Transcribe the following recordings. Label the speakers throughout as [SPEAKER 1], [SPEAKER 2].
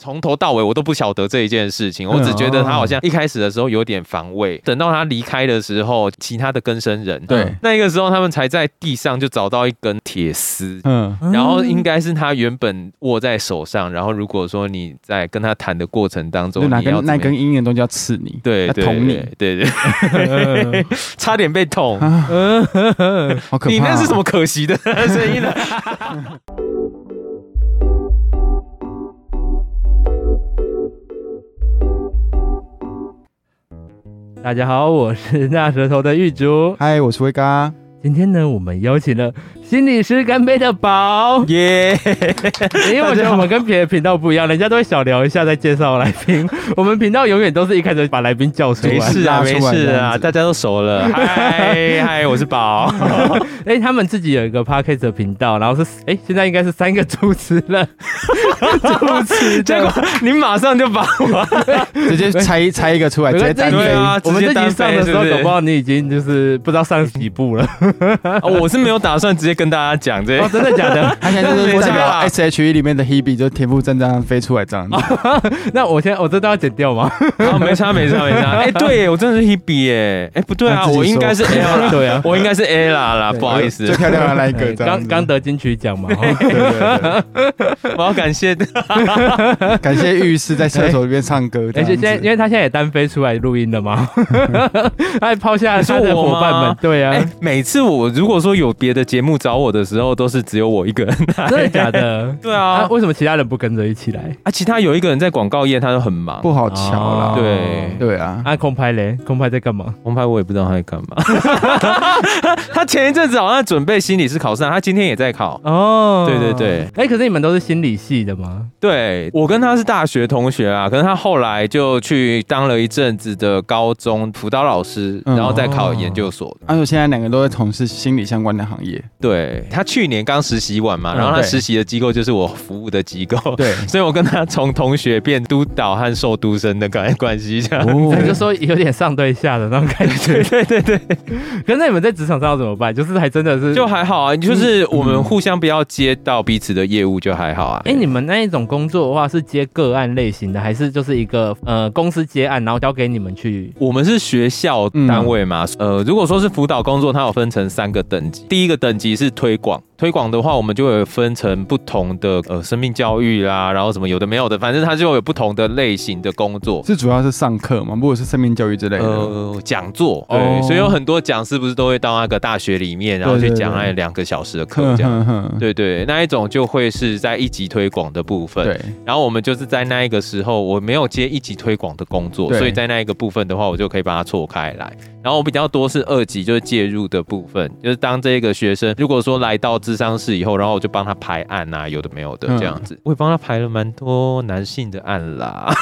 [SPEAKER 1] 从头到尾我都不晓得这一件事
[SPEAKER 2] 嗯
[SPEAKER 1] 情，我只觉得他好
[SPEAKER 2] 哦
[SPEAKER 1] 像一开始的时候有点防卫，等到他离开的时候，其他的更生人，
[SPEAKER 2] 对
[SPEAKER 1] 那个时候他们才在地上就找到一根铁丝。
[SPEAKER 2] 嗯，
[SPEAKER 1] 然后应该是他原本握在手上，然后如果说你在跟他谈的过程当中，
[SPEAKER 2] 就拿
[SPEAKER 1] 你要
[SPEAKER 2] 根
[SPEAKER 1] 怎么
[SPEAKER 2] 那
[SPEAKER 1] 样
[SPEAKER 2] 根阴影的东西要刺你，
[SPEAKER 1] 对
[SPEAKER 2] 要
[SPEAKER 1] 对
[SPEAKER 2] 捅你
[SPEAKER 1] 对，对 对，
[SPEAKER 3] 嗯
[SPEAKER 1] 差点被捅。
[SPEAKER 2] 好啊可怕哦！
[SPEAKER 1] 你那是什么可惜的 声 音呢？，
[SPEAKER 3] 大家好，我是大舌头的玉竹。
[SPEAKER 2] 嗨，我是威嘎。
[SPEAKER 3] 今天呢，我们邀请了心理师干杯的宝
[SPEAKER 1] 耶！
[SPEAKER 3] 因为我觉得我们跟别的频道不一样，人家都会小聊一下再介绍来宾，我们频道永远都是一开始把来宾叫出来。
[SPEAKER 1] 没事啊，
[SPEAKER 2] 拉
[SPEAKER 1] 没
[SPEAKER 2] 出来
[SPEAKER 1] 事
[SPEAKER 2] 这
[SPEAKER 1] 啊，
[SPEAKER 2] 样子
[SPEAKER 1] 大家都熟了。嗨嗨，我是宝。
[SPEAKER 3] 哎、他们自己有一个 podcast 的频道，然后是哎、现在应该是三个主持人，主 持
[SPEAKER 1] 结果
[SPEAKER 3] 的。
[SPEAKER 1] 你马上就把我，
[SPEAKER 2] 直 接拆拆一个出来，直
[SPEAKER 3] 没
[SPEAKER 2] 接
[SPEAKER 3] 关
[SPEAKER 2] 单
[SPEAKER 3] 系
[SPEAKER 1] 对
[SPEAKER 2] 飞。
[SPEAKER 1] 啊
[SPEAKER 3] 我们这集上的
[SPEAKER 1] 直接单飞是
[SPEAKER 3] 时候，
[SPEAKER 1] 不是
[SPEAKER 3] 搞不好你已经就是不知道上几步了。
[SPEAKER 1] 哦我是没有打算直接跟大家讲这
[SPEAKER 3] 哦，
[SPEAKER 1] 些。
[SPEAKER 3] 真的假的？
[SPEAKER 2] 他现在 就是
[SPEAKER 1] 没
[SPEAKER 2] 那
[SPEAKER 1] 差啦
[SPEAKER 2] 个 S H E 里面的 Hebe，就田馥甄这样飞出来这样子。
[SPEAKER 3] 那我现在我这都要剪掉吗？
[SPEAKER 1] 哦，没差没差没 差。哎，对耶，我真的是 Hebe 耶。哎，不对啊，
[SPEAKER 2] 他自己说
[SPEAKER 1] 我应该是 L 啦，
[SPEAKER 3] 对啊，
[SPEAKER 1] 我应该是 A 啦啦，不好意思
[SPEAKER 2] 最，漂亮的那一个
[SPEAKER 3] 哎
[SPEAKER 2] 这样
[SPEAKER 3] 刚
[SPEAKER 2] 子。
[SPEAKER 3] 刚得金曲奖嘛。哦
[SPEAKER 2] 对对
[SPEAKER 1] 我要感谢。
[SPEAKER 2] 对，感谢浴室在厕所里面唱歌这
[SPEAKER 3] 而
[SPEAKER 2] 样
[SPEAKER 3] 且
[SPEAKER 2] 子。
[SPEAKER 3] 哎现在，因为他现在也单飞出来录音了 嘛，他还抛下
[SPEAKER 1] 你说
[SPEAKER 3] 他的
[SPEAKER 1] 我吗
[SPEAKER 3] 伙伴们，对啊，
[SPEAKER 1] 哎，每次我如果说有别的节目找我的时候，都是只有我一个人。
[SPEAKER 3] 真的假的？
[SPEAKER 1] 对
[SPEAKER 3] 啊，
[SPEAKER 1] 啊，
[SPEAKER 3] 为什么其他人不跟着一起来？
[SPEAKER 1] 啊，其他有一个人在广告业，他都很忙。
[SPEAKER 2] 不好瞧啦。
[SPEAKER 3] 哦
[SPEAKER 1] 对
[SPEAKER 2] 对啊，
[SPEAKER 3] 啊，空拍嘞，空拍在干嘛？
[SPEAKER 1] 红牌我也不知道他在干嘛。 他前一阵子好像在准备心理师考试啊，他今天也在考。
[SPEAKER 3] 哦，
[SPEAKER 1] 对对对，
[SPEAKER 3] 哎，可是你们都是心理系的吗？
[SPEAKER 1] 对我跟他是大学同学啊，可能他后来就去当了一阵子的高中辅导老师，
[SPEAKER 2] 嗯
[SPEAKER 1] 然后再考研究所。
[SPEAKER 2] 他说啊现在两个都在从事心理相关的行业。
[SPEAKER 1] 对他去年刚实习完嘛，
[SPEAKER 3] 嗯
[SPEAKER 1] 然后他
[SPEAKER 2] 对
[SPEAKER 1] 实习的机构就是我服务的机构，
[SPEAKER 2] 对，
[SPEAKER 1] 所以我跟他从同学变督导和受督生的关关系这样。
[SPEAKER 2] 哦
[SPEAKER 3] 那就 说有点上对下的那种 感觉。
[SPEAKER 1] 对对对，
[SPEAKER 3] 可是那你们在职场上要怎么办？就是还真的是
[SPEAKER 1] 就还好啊，就是我
[SPEAKER 2] 嗯
[SPEAKER 1] 们互相不要接到彼此的业务就还好啊。
[SPEAKER 3] 哎、你们那一种工作的话，是接个案类型的，还是就是一个呃公司接案，然后交给你们 去？
[SPEAKER 1] 我们是学校
[SPEAKER 2] 嗯
[SPEAKER 1] 单位嘛，呃，如果说是辅导工作，它有分成三个等级。第一个等级是推广，推广的话，我们就有分成不同的呃生命教育啦，然后什么有的没有的，反正它就有不同的类型的工作。
[SPEAKER 2] 是主要是上课嘛，或者是生命教育之类的。嗯
[SPEAKER 1] 呃，讲座对，
[SPEAKER 2] 哦
[SPEAKER 1] 所以有很多讲师不是都会到那个大学里面，然后去
[SPEAKER 2] 对对
[SPEAKER 1] 讲那
[SPEAKER 2] 对
[SPEAKER 1] 两个小时的课 这样。
[SPEAKER 2] 哼哼
[SPEAKER 1] 对对，那一种就会是在一级推广的部分。
[SPEAKER 2] 对，
[SPEAKER 1] 然后我们就是在那一个时候，我没有接一级推广的工作，
[SPEAKER 2] 对
[SPEAKER 1] 所以在那一个部分的话，我就可以把它错开来。然后我比较多是二级，就是介入的部分，就是当这个学生如果说来到智商室以后，然后我就帮他排案啊，有的没有的
[SPEAKER 2] 嗯
[SPEAKER 1] 这样子，我也帮他排了蛮多男性的案啦。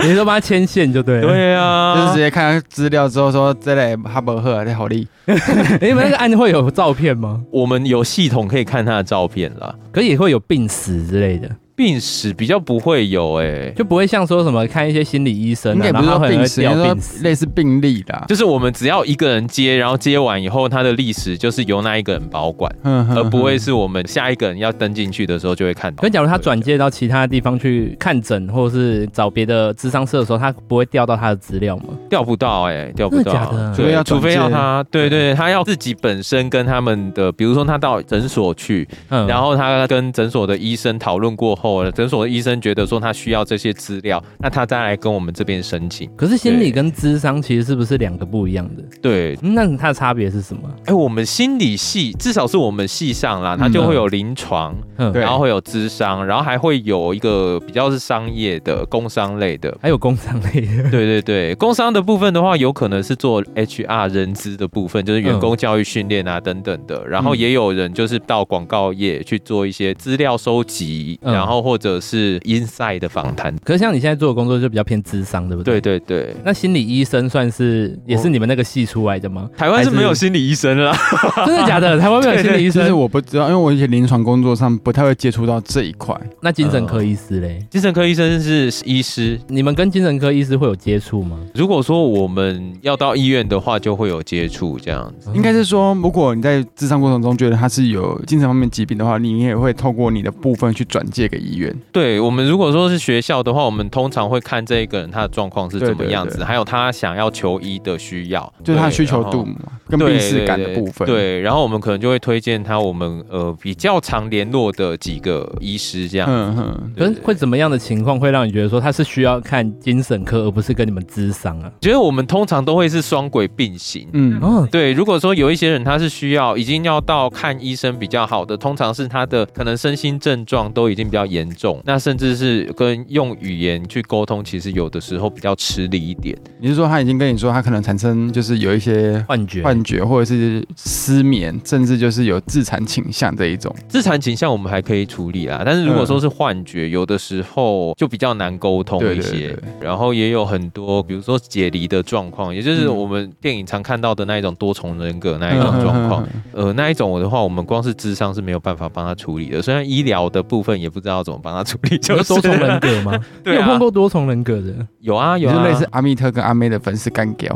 [SPEAKER 3] 你是说帮他牵线就对了。
[SPEAKER 1] 对
[SPEAKER 2] 就是直
[SPEAKER 1] 啊，
[SPEAKER 2] 接看资料之后说这类哈伯赫在好利，
[SPEAKER 3] 哎你们那个案会有照片吗？
[SPEAKER 1] 我们有系统可以看他的照片啦。
[SPEAKER 3] 可是也会有病史之类的，
[SPEAKER 1] 病史比较不会有哎、
[SPEAKER 3] 就不会像说什么看一些心理医生、啊，
[SPEAKER 2] 应该也不是
[SPEAKER 3] 然
[SPEAKER 2] 说
[SPEAKER 3] 后他
[SPEAKER 2] 病
[SPEAKER 3] 会
[SPEAKER 2] 史，
[SPEAKER 3] 掉
[SPEAKER 2] 应该
[SPEAKER 3] 病
[SPEAKER 2] 说
[SPEAKER 3] 史。
[SPEAKER 2] 类似病例啦。
[SPEAKER 1] 就是我们只要一个人接，然后接完以后，他的历史就是由那一个人保管。而
[SPEAKER 3] 嗯
[SPEAKER 2] 而
[SPEAKER 1] 不会是我们下一个人要登进去的时候就会看到。
[SPEAKER 3] 可是假如他转介到其他地方去看诊，或者是找别的智商社的时候，他不会调到他的资料吗？
[SPEAKER 1] 调不到哎、调不
[SPEAKER 3] 真的假的
[SPEAKER 1] 到，
[SPEAKER 3] 除
[SPEAKER 2] 非要
[SPEAKER 1] 除
[SPEAKER 2] 转介
[SPEAKER 1] 非要他，对对，他要自己本身跟他们的，比如说他到诊所去，
[SPEAKER 3] 嗯
[SPEAKER 1] 然后他跟诊所的医生讨论过后，诊所的医生觉得说他需要这些资料，那他再来跟我们这边申请。
[SPEAKER 3] 可是心
[SPEAKER 1] 对
[SPEAKER 3] 理跟智商其实是不是两个不一样的？
[SPEAKER 1] 对，
[SPEAKER 3] 嗯那它的差别是什么？
[SPEAKER 1] 哎，我们心理系至少是我们系上啦，它就会有临床，
[SPEAKER 3] 嗯，
[SPEAKER 2] 对
[SPEAKER 1] 然后会有智商，然后还会有一个比较是商业的、工商类的，
[SPEAKER 3] 还有工商类的。
[SPEAKER 1] 对对对，工商的部分的话，有可能是做 HR 人资的部分，就是员
[SPEAKER 2] 嗯
[SPEAKER 1] 工教育训练啊等等的。然后也有人就是到广告业去做一些资料收集，
[SPEAKER 3] 嗯
[SPEAKER 1] 然后或者是 inside 的访谈。
[SPEAKER 3] 可是像你现在做的工作就比较偏智商，对不对？
[SPEAKER 1] 对。对对，
[SPEAKER 3] 那心理医生算是也是你们那个系出来 的吗？
[SPEAKER 1] 台湾是
[SPEAKER 3] 还是
[SPEAKER 1] 没有心理医生啦。
[SPEAKER 3] 真的假的？台湾没有心理医
[SPEAKER 2] 就是
[SPEAKER 3] 生，
[SPEAKER 2] 我不知道，因为我以前临床工作上不太会接触到这一块。
[SPEAKER 3] 那精神科医师嘞？
[SPEAKER 1] 精神科医生是医师，
[SPEAKER 3] 你们跟精神科医师会有接触吗？
[SPEAKER 1] 如果说我们要到医院的话，就会有接触这样子。
[SPEAKER 2] 应该是说，如果你在治商过程中觉得他是有精神方面疾病的话，你也会透过你的部分去转介给医医院。
[SPEAKER 1] 对我们如果说是学校的话，我们通常会看这一个人他的状况是怎么样子，
[SPEAKER 2] 对对对
[SPEAKER 1] 还有他想要求医的需要，
[SPEAKER 2] 就是他的
[SPEAKER 1] 对
[SPEAKER 2] 需求
[SPEAKER 1] 然后
[SPEAKER 2] 度嘛，跟病视感的部
[SPEAKER 1] 对
[SPEAKER 2] 分。
[SPEAKER 1] 对对，然后我们可能就会推荐他我们呃比较常联络的几个医师这样。
[SPEAKER 2] 嗯嗯，
[SPEAKER 1] 对对
[SPEAKER 3] 可是
[SPEAKER 1] 对
[SPEAKER 3] 会怎么样的情况会让你觉得说他是需要看精神科，而不是跟你们咨商啊？
[SPEAKER 1] 觉得我们通常都会是双轨并行。
[SPEAKER 2] 嗯
[SPEAKER 3] 哦，
[SPEAKER 1] 对，如果说有一些人他是需要已经要到看医生比较好的，通常是他的可能身心症状都已经比较严重，那甚至是跟用语言去沟通，其实有的时候比较吃力一点。
[SPEAKER 2] 你是说他已经跟你说他可能产生就是有一些
[SPEAKER 3] 幻觉，
[SPEAKER 2] 幻觉，或者是失眠，甚至就是有自残倾向这一种？
[SPEAKER 1] 自残倾向我们还可以处理啦，但是如果
[SPEAKER 2] 嗯
[SPEAKER 1] 说是幻觉，有的时候就比较难沟通
[SPEAKER 2] 对
[SPEAKER 1] 一
[SPEAKER 2] 对
[SPEAKER 1] 些。
[SPEAKER 2] 对
[SPEAKER 1] 然后也有很多，比如说解离的状况，也就是
[SPEAKER 2] 嗯
[SPEAKER 1] 我们电影常看到的那一种多重人格那一种状况。
[SPEAKER 2] 嗯，嗯嗯
[SPEAKER 1] 呃，那一种我的话，我们光是智商是没有办法帮他处理的。虽然医疗的部分也不知道怎么帮他处理，
[SPEAKER 3] 有
[SPEAKER 1] 就是
[SPEAKER 3] 多重人 格吗？
[SPEAKER 1] 对
[SPEAKER 3] 你有
[SPEAKER 1] 啊
[SPEAKER 3] 碰，过多重人 格的？
[SPEAKER 1] 有啊
[SPEAKER 2] 你
[SPEAKER 1] 有
[SPEAKER 2] 是
[SPEAKER 1] 啊，
[SPEAKER 2] 类似阿密特跟阿妹的粉丝干掉，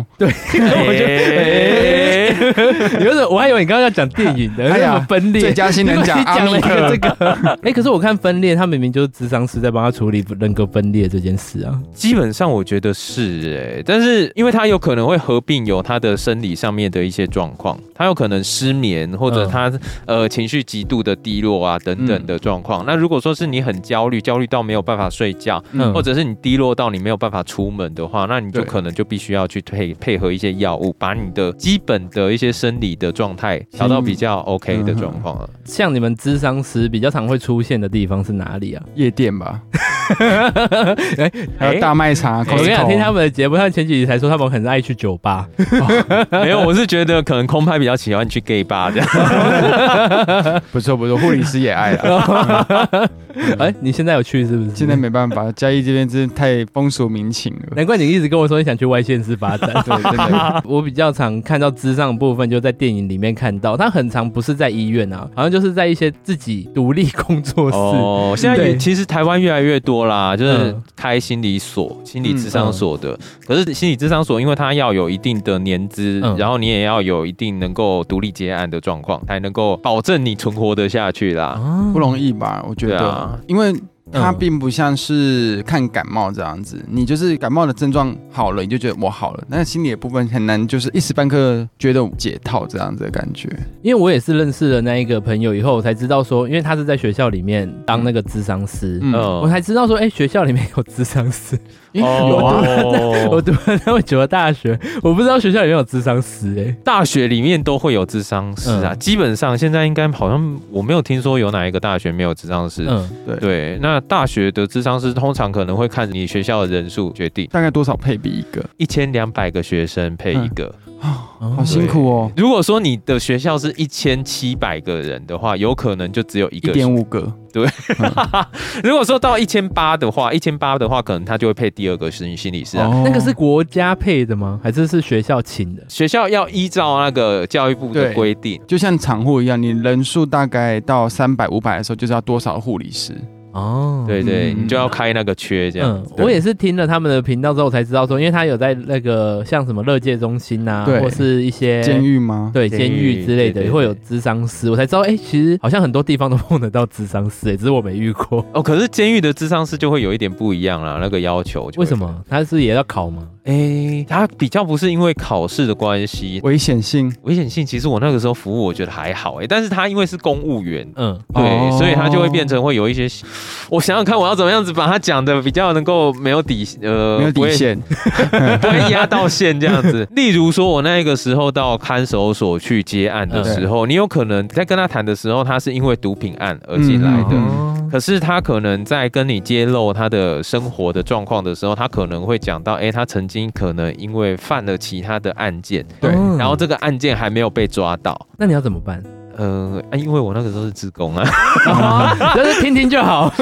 [SPEAKER 1] 哎
[SPEAKER 3] 有点，我还以为你刚刚要讲电影的，
[SPEAKER 2] 哎呀
[SPEAKER 3] 什么分裂
[SPEAKER 2] 最佳新人奖
[SPEAKER 3] 你
[SPEAKER 2] 阿
[SPEAKER 3] 讲了
[SPEAKER 2] 密
[SPEAKER 3] 一个
[SPEAKER 2] 特
[SPEAKER 3] 这。个，哎，可是我看分裂，他明明就是智商师在帮他处理人格分裂这件事啊。
[SPEAKER 1] 基本上我觉得是哎、但是因为他有可能会合并有他的生理上面的一些状况，他有可能失眠或者
[SPEAKER 3] 嗯
[SPEAKER 1] 他、呃情绪极度的低落啊等等的状况。那如果说是你很焦虑，焦虑到没有办法睡觉，
[SPEAKER 3] 嗯
[SPEAKER 1] 或者是你低落到你没有办法出门的话，那你就
[SPEAKER 2] 对
[SPEAKER 1] 可能就必须要去配配合一些药物，把你的基本的一些生理的状态调
[SPEAKER 3] 嗯
[SPEAKER 1] 到比较 OK 的状况啊了。
[SPEAKER 3] 像你们智商师比较常会出现的地方是哪里啊？
[SPEAKER 2] 夜店 吧，
[SPEAKER 3] 哎
[SPEAKER 2] 还有大卖场、啊
[SPEAKER 3] 我
[SPEAKER 2] Costco
[SPEAKER 3] 跟你讲，听他们的节目，他们前几集才说他们很爱去酒 吧，
[SPEAKER 1] 没有，我是觉得可能空拍比较喜欢去 gay 吧这样。
[SPEAKER 2] 不错不错，护理师也爱 了。
[SPEAKER 3] 哎、你现在有去是不是？
[SPEAKER 2] 嗯现在没办法，嘉义这边真的太风俗民情 了。
[SPEAKER 3] 难怪你一直跟我说你想去外县市发展。
[SPEAKER 2] 对，真的，
[SPEAKER 3] 我比较常看到智障的部分，就在电影里面看到，他很常不是在医院啊，好像就是在一些自己独立工作室。
[SPEAKER 1] 哦，现在
[SPEAKER 3] 对
[SPEAKER 1] 也其实台湾越来越多啦，就是
[SPEAKER 3] 嗯
[SPEAKER 1] 开心理所、心理智商所的。可是心理智商所，因为它要有一定的年资，
[SPEAKER 3] 嗯
[SPEAKER 1] 然后你也要有一定能够独立接案的状况，才能够保证你存活得下去啦。
[SPEAKER 3] 啊
[SPEAKER 2] 不容易吧？我觉
[SPEAKER 1] 对
[SPEAKER 2] 得，
[SPEAKER 1] 啊
[SPEAKER 2] 因为它
[SPEAKER 3] 嗯
[SPEAKER 2] 并不像是看感冒这样子，你就是感冒的症状好了，你就觉得我好了，但是心理的部分很难，就是一时半刻觉得解套这样子的感觉。
[SPEAKER 3] 因为我也是认识了那一个朋友以后，我才知道说，因为他是在学校里面当那个智商师，
[SPEAKER 2] 嗯
[SPEAKER 3] 我才知道说，哎、学校里面有智商师。
[SPEAKER 2] 因为
[SPEAKER 1] 哦，
[SPEAKER 2] 有啊，
[SPEAKER 3] 我读了那么久的大学，我不知道学校里面有智商师、哎。
[SPEAKER 1] 大学里面都会有智商师
[SPEAKER 3] 嗯
[SPEAKER 1] 啊，基本上现在应该好像我没有听说有哪一个大学没有智商师。
[SPEAKER 3] 嗯，
[SPEAKER 2] 对
[SPEAKER 1] 对，那大学的智商师通常可能会看你学校的人数决定，
[SPEAKER 2] 大概多少配比一个？
[SPEAKER 1] 一千两百个学生配一
[SPEAKER 2] 嗯
[SPEAKER 1] 个。
[SPEAKER 3] 哦
[SPEAKER 2] 好辛苦哦，
[SPEAKER 1] 如果说你的学校是一千七百个人的话，有可能就只有一
[SPEAKER 2] 一
[SPEAKER 1] 个。
[SPEAKER 2] 点五个。
[SPEAKER 1] 如果说到一千八的话，一千八的话，可能他就会配第二个心心理师啊。
[SPEAKER 2] 哦
[SPEAKER 3] 那个是国家配的吗？还是是学校请的？
[SPEAKER 1] 学校要依照那个教育部的
[SPEAKER 2] 对
[SPEAKER 1] 规定，
[SPEAKER 2] 就像产护一样，你人数大概到三百、五百的时候，就是要多少护理师？
[SPEAKER 3] 哦，
[SPEAKER 1] 对对，
[SPEAKER 2] 嗯
[SPEAKER 1] 你就要开那个缺这样。
[SPEAKER 3] 嗯，
[SPEAKER 2] 对
[SPEAKER 3] 我也是听了他们的频道之后才知道说，因为他有在那个像什么乐界中心呐、
[SPEAKER 2] 对
[SPEAKER 3] 或是一些
[SPEAKER 2] 监。狱吗？
[SPEAKER 3] 对
[SPEAKER 1] 监
[SPEAKER 3] 监
[SPEAKER 1] 狱
[SPEAKER 3] 狱之类的
[SPEAKER 1] 对对对
[SPEAKER 3] 会有智商师，我才知道，哎、其实好像很多地方都碰得到智商师、哎，只是我没遇过。
[SPEAKER 1] 哦，可是监狱的智商师就会有一点不一样啦，那个要求就会
[SPEAKER 3] 为什？么？他是也要考吗？
[SPEAKER 1] 哎，他比较不是因为考试的关系，
[SPEAKER 2] 危险性
[SPEAKER 1] 危险性其实我那个时候服务我觉得还好哎，但是他因为是公务员，
[SPEAKER 3] 嗯，
[SPEAKER 1] 对，
[SPEAKER 2] 哦
[SPEAKER 1] 所以他就会变成会有一些，我想想看，我要怎么样子把他讲的比较能够没有底呃
[SPEAKER 2] 没有
[SPEAKER 1] 不
[SPEAKER 2] 底
[SPEAKER 1] 会
[SPEAKER 2] 线，
[SPEAKER 1] 不 会压到线这样子。例如说，我那个时候到看守所去接案的时候，你有可能在跟他谈的时候，他是因为毒品案而进来的。
[SPEAKER 2] 嗯
[SPEAKER 3] 哦
[SPEAKER 1] 可是他可能在跟你揭露他的生活的状况的时候，他可能会讲到，诶，他曾经可能因为犯了其他的案件，
[SPEAKER 2] 对
[SPEAKER 3] 嗯
[SPEAKER 1] 然后这个案件还没有被抓到。
[SPEAKER 3] 那你要怎么办？
[SPEAKER 1] 嗯、啊因为我那个时候是职工啊，
[SPEAKER 3] 就是听听就 好。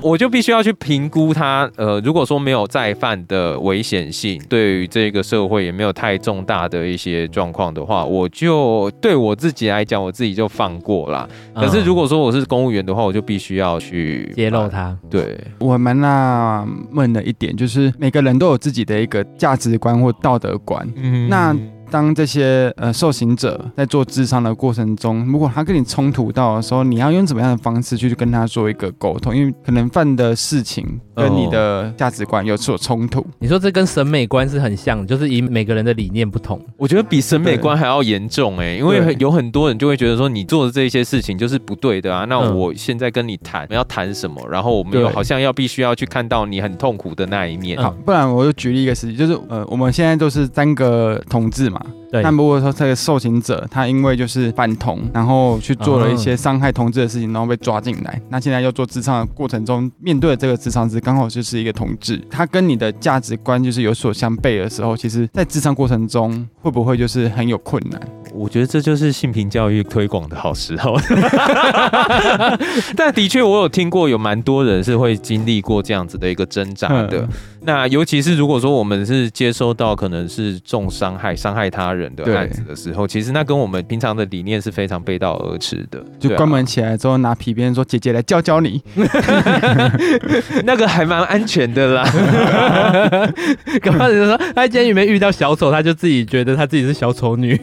[SPEAKER 1] 我就必须要去评估他，呃，如果说没有再犯的危险性，对于这个社会也没有太重大的一些状况的话，我就对我自己来讲，我自己就放过啦。可是如
[SPEAKER 3] 果
[SPEAKER 1] 果说我是公务员的话，我就必须要去
[SPEAKER 3] 嗯揭露，他，
[SPEAKER 1] 对，
[SPEAKER 2] 我蛮纳闷的一点就是，每个人都有自己的一个价值观或道德观。
[SPEAKER 1] 嗯
[SPEAKER 2] 那当这些呃受刑者在做智商的过程中，如果他跟你冲突到的时候，你要用怎么样的方式去跟他做一个沟通？因为可能犯的事情跟你的价值观有所冲突。
[SPEAKER 3] 你说这跟审美观是很像，就是以每个人的理念不同。
[SPEAKER 1] 我觉得比审美观还要严重哎、因为
[SPEAKER 2] 对
[SPEAKER 1] 有很多人就会觉得说你做的这些事情就是不对的啊。那
[SPEAKER 3] 嗯
[SPEAKER 1] 我现在跟你谈，我们要谈什么？然后我们又
[SPEAKER 2] 对
[SPEAKER 1] 好像要必须要去看到你很痛苦的那一面。
[SPEAKER 3] 嗯
[SPEAKER 2] 好，不然我就举例一个实例，就是呃，我们现在都是三个同志嘛，
[SPEAKER 3] 对
[SPEAKER 2] 那如果说这个受刑者他因为就是反同，然后去做了一些伤害同志的事情，然后被抓进来，那现在要做智商的过程中，面对的这个智商师刚好就是一个同志，他跟你的价值观就是有所相悖的时候，其实在智商过程中会不会就是很有困难？
[SPEAKER 1] 我觉得这就是性平教育推广的好时 候。但的确，我有听过有蛮多人是会经历过这样子的一个挣扎的。
[SPEAKER 2] 嗯
[SPEAKER 1] 那尤其是如果说我们是接收到可能是重伤害、伤害他人的
[SPEAKER 2] 对
[SPEAKER 1] 案子的时候，其实那跟我们平常的理念是非常背道而驰的。
[SPEAKER 2] 就
[SPEAKER 1] 对啊
[SPEAKER 2] 关门起来之后拿皮鞭说：“姐姐来教教你。
[SPEAKER 1] 那个还蛮安全的啦。
[SPEAKER 3] 刚刚人说哎他今天有没有遇到小丑，他就自己觉得他自己是小丑女。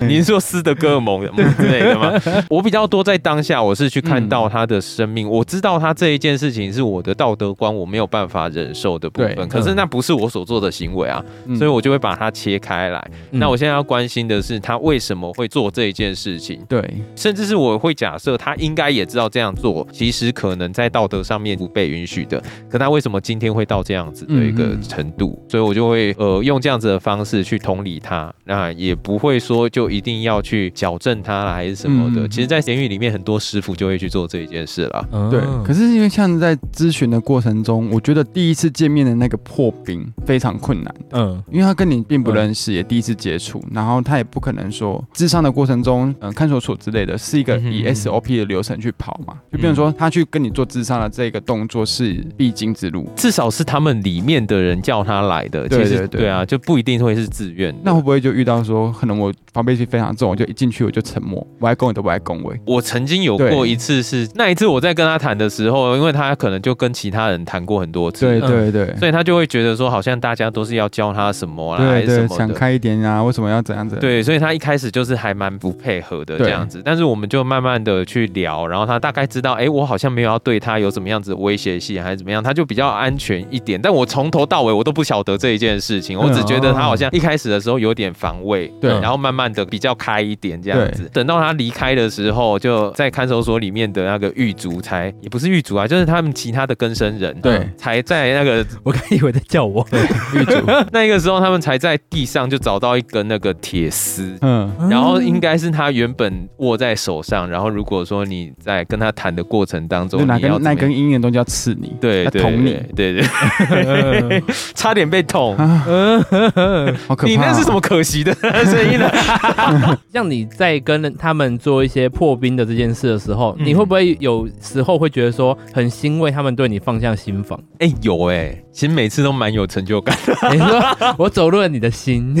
[SPEAKER 1] 您说斯德哥尔摩什么之类的吗？我比较多在当下，我是去看到他的生命，我知道他这一件事情是我的道德观我没有办法忍受的部
[SPEAKER 2] 对
[SPEAKER 1] 分，可是那不是我所做的行为啊，
[SPEAKER 2] 嗯
[SPEAKER 1] 所以我就会把它切开来。那我现在要关心的是他为什么会做这一件事情，
[SPEAKER 2] 对，
[SPEAKER 1] 甚至是我会假设他应该也知道这样做，其实可能在道德上面不被允许的，可他为什么今天会到这样子的一个
[SPEAKER 2] 嗯嗯
[SPEAKER 1] 程度？所以我就会呃用这样子的方式去同理他，那也不会说就一定要去矫正他啦还是什么的。
[SPEAKER 2] 嗯嗯嗯
[SPEAKER 1] 其实，在监狱里面，很多师傅就会去做这一件事了。
[SPEAKER 3] 嗯
[SPEAKER 2] 对，哦可是因为像在咨询的过程中，我觉得第一次见面的那个破冰非常困难，
[SPEAKER 3] 嗯
[SPEAKER 2] 因为他跟你并不认识，也第一次接触，然后他也不可能说智商的过程中，嗯、看守所之类的是一个 E
[SPEAKER 1] 嗯哼
[SPEAKER 2] 以
[SPEAKER 1] 嗯哼
[SPEAKER 2] SOP 的流程去跑嘛，就变成说他去跟你做智商的这个动作是必经之路。
[SPEAKER 1] 至少是他们里面的人叫他来的，
[SPEAKER 2] 对
[SPEAKER 1] 其实
[SPEAKER 2] 对对
[SPEAKER 1] 对啊，就不一定会是自愿的。
[SPEAKER 2] 那会不会就遇到说，可能我防备心非常重，我就一进去我就沉默，我爱恭维都不爱恭维。
[SPEAKER 1] 我曾经有
[SPEAKER 2] 对
[SPEAKER 1] 过一次是，那一次我在跟他谈的时候，因为他可能就跟其他人谈过很多次，
[SPEAKER 2] 对
[SPEAKER 3] 嗯
[SPEAKER 2] 对对，
[SPEAKER 1] 所以他就会觉得说，好像大家都是要教他什么啦，啊还
[SPEAKER 2] 对
[SPEAKER 1] 是什
[SPEAKER 2] 对，
[SPEAKER 1] 么
[SPEAKER 2] 想
[SPEAKER 1] 的。
[SPEAKER 2] 开一点啊，为什么要怎样怎样？
[SPEAKER 1] 对，所以他一开始就是还蛮不配合的这
[SPEAKER 2] 对
[SPEAKER 1] 样子，但是我们就慢慢的去聊，然后他大概知道，哎、我好像没有要对他有什么样子的威胁性还是怎么样，他就比较安全一点。但我从头到尾我都不晓得这一件事情，我只觉得他好像一开始的时候有点防卫，
[SPEAKER 2] 对
[SPEAKER 1] 然后慢慢的比较开一点这样子。等到他离开的时候，就在看守所里面的那个狱卒才，也不是狱卒啊，就是他们其他的更生人，
[SPEAKER 2] 对
[SPEAKER 1] 才在那个
[SPEAKER 3] 我刚以为在叫我。
[SPEAKER 2] 狱卒，
[SPEAKER 1] 那个时候他们才在地上就找到一根那个铁丝。
[SPEAKER 2] 嗯，
[SPEAKER 1] 然后应该是他原本握在手上，然后如果说你在跟他谈的过程当中，
[SPEAKER 2] 就拿
[SPEAKER 1] 你要
[SPEAKER 2] 根
[SPEAKER 1] 怎么
[SPEAKER 2] 那
[SPEAKER 1] 样
[SPEAKER 2] 根阴影的东西要刺你，
[SPEAKER 1] 对
[SPEAKER 2] 要
[SPEAKER 1] 对
[SPEAKER 2] 捅你，
[SPEAKER 1] 对对，
[SPEAKER 3] 嗯
[SPEAKER 1] 差点被捅。
[SPEAKER 2] 好可怕、啊
[SPEAKER 1] 你那是什？么可 惜的声音呢？ 啊
[SPEAKER 3] 像你在跟他们做一些破冰的这件事的时候，
[SPEAKER 1] 嗯
[SPEAKER 3] 你会不会有时候会觉得说很欣慰，他们对你放下 心防？
[SPEAKER 1] 哎、有哎、其实每次都蛮有成就感。
[SPEAKER 3] 你说我走入了你的心，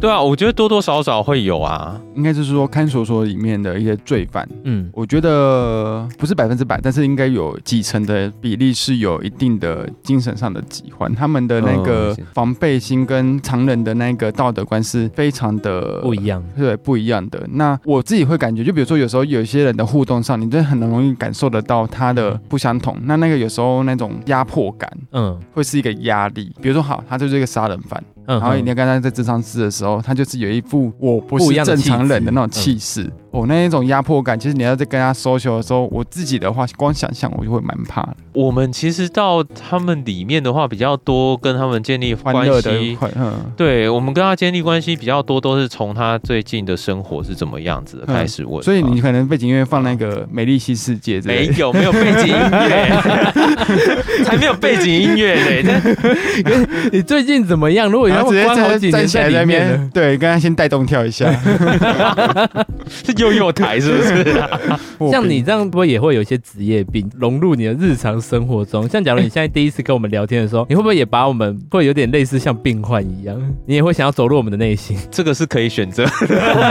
[SPEAKER 1] 对啊，我觉得多多少少会有啊。
[SPEAKER 2] 应该就是说看守所里面的一些罪犯，
[SPEAKER 3] 嗯，
[SPEAKER 2] 我觉得不是百分之百，但是应该有几成的比例是有一定的精神上的疾患，他们的那
[SPEAKER 1] 嗯
[SPEAKER 2] 个
[SPEAKER 1] 是
[SPEAKER 2] 防备心跟常人的那个道德观是非常的
[SPEAKER 3] 不一样。
[SPEAKER 2] 对，不一样的。那我自己会感觉，就比如说有时候有一些人的互动上，你真的很容易感受得到他的不相同。那那个有时候那种压迫感
[SPEAKER 3] 嗯
[SPEAKER 2] 会是一个压力。比如说，好，他就是一个杀人犯，
[SPEAKER 3] 嗯，
[SPEAKER 2] 然后
[SPEAKER 3] 嗯
[SPEAKER 2] 你要跟他在智商室的时候，他就是有一副我不
[SPEAKER 3] 不
[SPEAKER 2] 是
[SPEAKER 3] 一样的
[SPEAKER 2] 正常人的那种
[SPEAKER 3] 气质
[SPEAKER 2] 气势，哦，那一种压迫感。其实你要在跟他 social 的时候，我自己的话，光想象我就会蛮怕的。
[SPEAKER 1] 我们其实到他们里面的话，比较多跟他们建立
[SPEAKER 2] 欢
[SPEAKER 1] 关
[SPEAKER 2] 乐的
[SPEAKER 1] 系。
[SPEAKER 2] 快，嗯，
[SPEAKER 1] 对我们跟他建立关系比较多，都是从他最近的生活是怎么样子的开始问吧、
[SPEAKER 2] 嗯
[SPEAKER 1] 啊
[SPEAKER 2] 所以你可能背景音乐放那个《美丽新世界》之
[SPEAKER 1] 没
[SPEAKER 2] 类的。
[SPEAKER 1] 有，没有背景音 乐，才没有背景音乐呢。这
[SPEAKER 3] 你最近怎么样？如果
[SPEAKER 2] 然
[SPEAKER 3] 要
[SPEAKER 2] 后直接
[SPEAKER 3] 关好
[SPEAKER 2] 站
[SPEAKER 3] 几
[SPEAKER 2] 站
[SPEAKER 3] 年
[SPEAKER 2] 起来在
[SPEAKER 3] 在里
[SPEAKER 2] 那
[SPEAKER 3] 面 呢
[SPEAKER 2] 边，对，跟他先带动跳一下。
[SPEAKER 1] 是幼幼台是不是？
[SPEAKER 2] 破
[SPEAKER 3] 像
[SPEAKER 2] 冰
[SPEAKER 3] 你这样，不会也会有一些职业病融入你的日常生活中？像假如你现在第一次跟我们聊天 的时候，你会不会也把我们会有点类似像病患一样？ 你也会想要走入我们的内心？
[SPEAKER 1] 这个是可以选择的，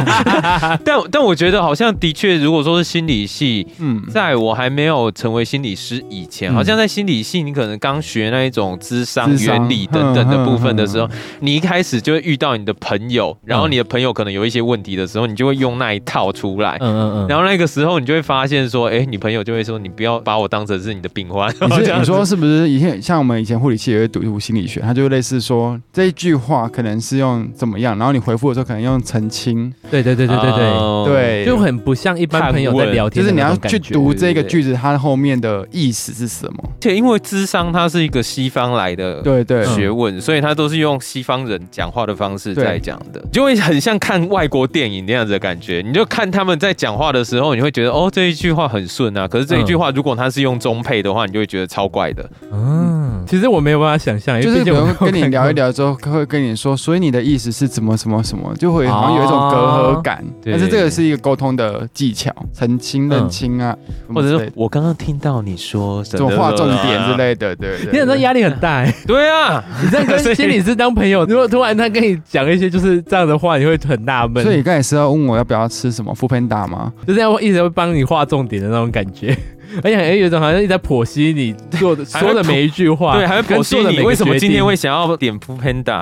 [SPEAKER 1] 但但我觉得好像的确，如果说是心理系，
[SPEAKER 2] 嗯，
[SPEAKER 1] 在我还没有成为心理师以前，
[SPEAKER 2] 嗯
[SPEAKER 1] 好像在心理系，你可能刚学那一种智商
[SPEAKER 2] 智商
[SPEAKER 1] 原
[SPEAKER 2] 嗯
[SPEAKER 1] 理等等的部分的时候
[SPEAKER 2] 哼，
[SPEAKER 1] 你一开始就会遇到你的朋友，然
[SPEAKER 2] 嗯
[SPEAKER 1] 后你的朋友可能有一些问题的时候，你就会用那一套出来。
[SPEAKER 3] 嗯嗯嗯。
[SPEAKER 1] 然后那个时候，你就会发现说，哎，你朋友就会说，你不要把我当成是你的病患。
[SPEAKER 2] 你
[SPEAKER 1] 这
[SPEAKER 2] 是
[SPEAKER 1] 样
[SPEAKER 2] 你
[SPEAKER 1] 子
[SPEAKER 2] 说是不是以前像我们以前护理系也会读心理学，它就类似说这一句话可能是用怎么样，然后你回复的时候可能用澄清，
[SPEAKER 3] 对对对对对对。
[SPEAKER 1] 哦
[SPEAKER 2] 啊对，
[SPEAKER 3] 就很不像一般朋友在聊
[SPEAKER 2] 就
[SPEAKER 3] 天
[SPEAKER 2] 是
[SPEAKER 3] 的
[SPEAKER 2] 你
[SPEAKER 3] 那
[SPEAKER 2] 要
[SPEAKER 3] 种感觉，
[SPEAKER 2] 去读这个句子它后面的意思是什么。
[SPEAKER 1] 而且因为智商它是一个西方来的
[SPEAKER 2] 对对，
[SPEAKER 3] 嗯
[SPEAKER 1] 学问，所以他都是用西方人讲话的方式
[SPEAKER 2] 对
[SPEAKER 1] 在讲
[SPEAKER 3] 嗯
[SPEAKER 1] 的，就会很像看外国电影那样子的感觉。你就看他们在讲话的时候，你会觉得哦这一句话很顺啊，可是这一句话如果他是用中配的话，你就会觉得超怪的。
[SPEAKER 3] 嗯，其实我没有办法想象，因
[SPEAKER 2] 就
[SPEAKER 3] 为
[SPEAKER 2] 是
[SPEAKER 3] 哎毕
[SPEAKER 2] 比
[SPEAKER 3] 竟我
[SPEAKER 2] 如
[SPEAKER 3] 没有
[SPEAKER 2] 跟你
[SPEAKER 3] 看
[SPEAKER 2] 聊
[SPEAKER 3] 过
[SPEAKER 2] 一，聊之后，会跟你说，所以你的意思是怎么什么什么，就会好像有一种隔阂感。
[SPEAKER 1] 对
[SPEAKER 2] 但是这个是一个沟通的技巧，澄清、认清啊，
[SPEAKER 1] 或者
[SPEAKER 2] 是
[SPEAKER 1] 是啊我刚刚听到你说什
[SPEAKER 2] 这种划重点之
[SPEAKER 1] 的，
[SPEAKER 2] 类的，对对。
[SPEAKER 3] 你很像
[SPEAKER 2] 对
[SPEAKER 3] 压力很 大、欸，
[SPEAKER 1] 对啊，
[SPEAKER 3] 你这样
[SPEAKER 1] 所
[SPEAKER 3] 跟
[SPEAKER 1] 以
[SPEAKER 3] 心理师当朋友，如果突然他跟你讲一些就是这样的话，你会很纳闷，
[SPEAKER 2] 所以你刚才是要问我要不要吃什么副片大吗？
[SPEAKER 3] 就是要一直会帮你画重点的那种感觉， 而且很有一种好像一直在剖析你做的
[SPEAKER 1] 还会
[SPEAKER 3] 说的每一句话，
[SPEAKER 1] 对，还会
[SPEAKER 3] 跟
[SPEAKER 1] 剖析
[SPEAKER 3] 做的
[SPEAKER 1] 你
[SPEAKER 3] 每个
[SPEAKER 1] 为什么
[SPEAKER 3] 决
[SPEAKER 1] 今天
[SPEAKER 3] 定
[SPEAKER 1] 会想要点 p Panda，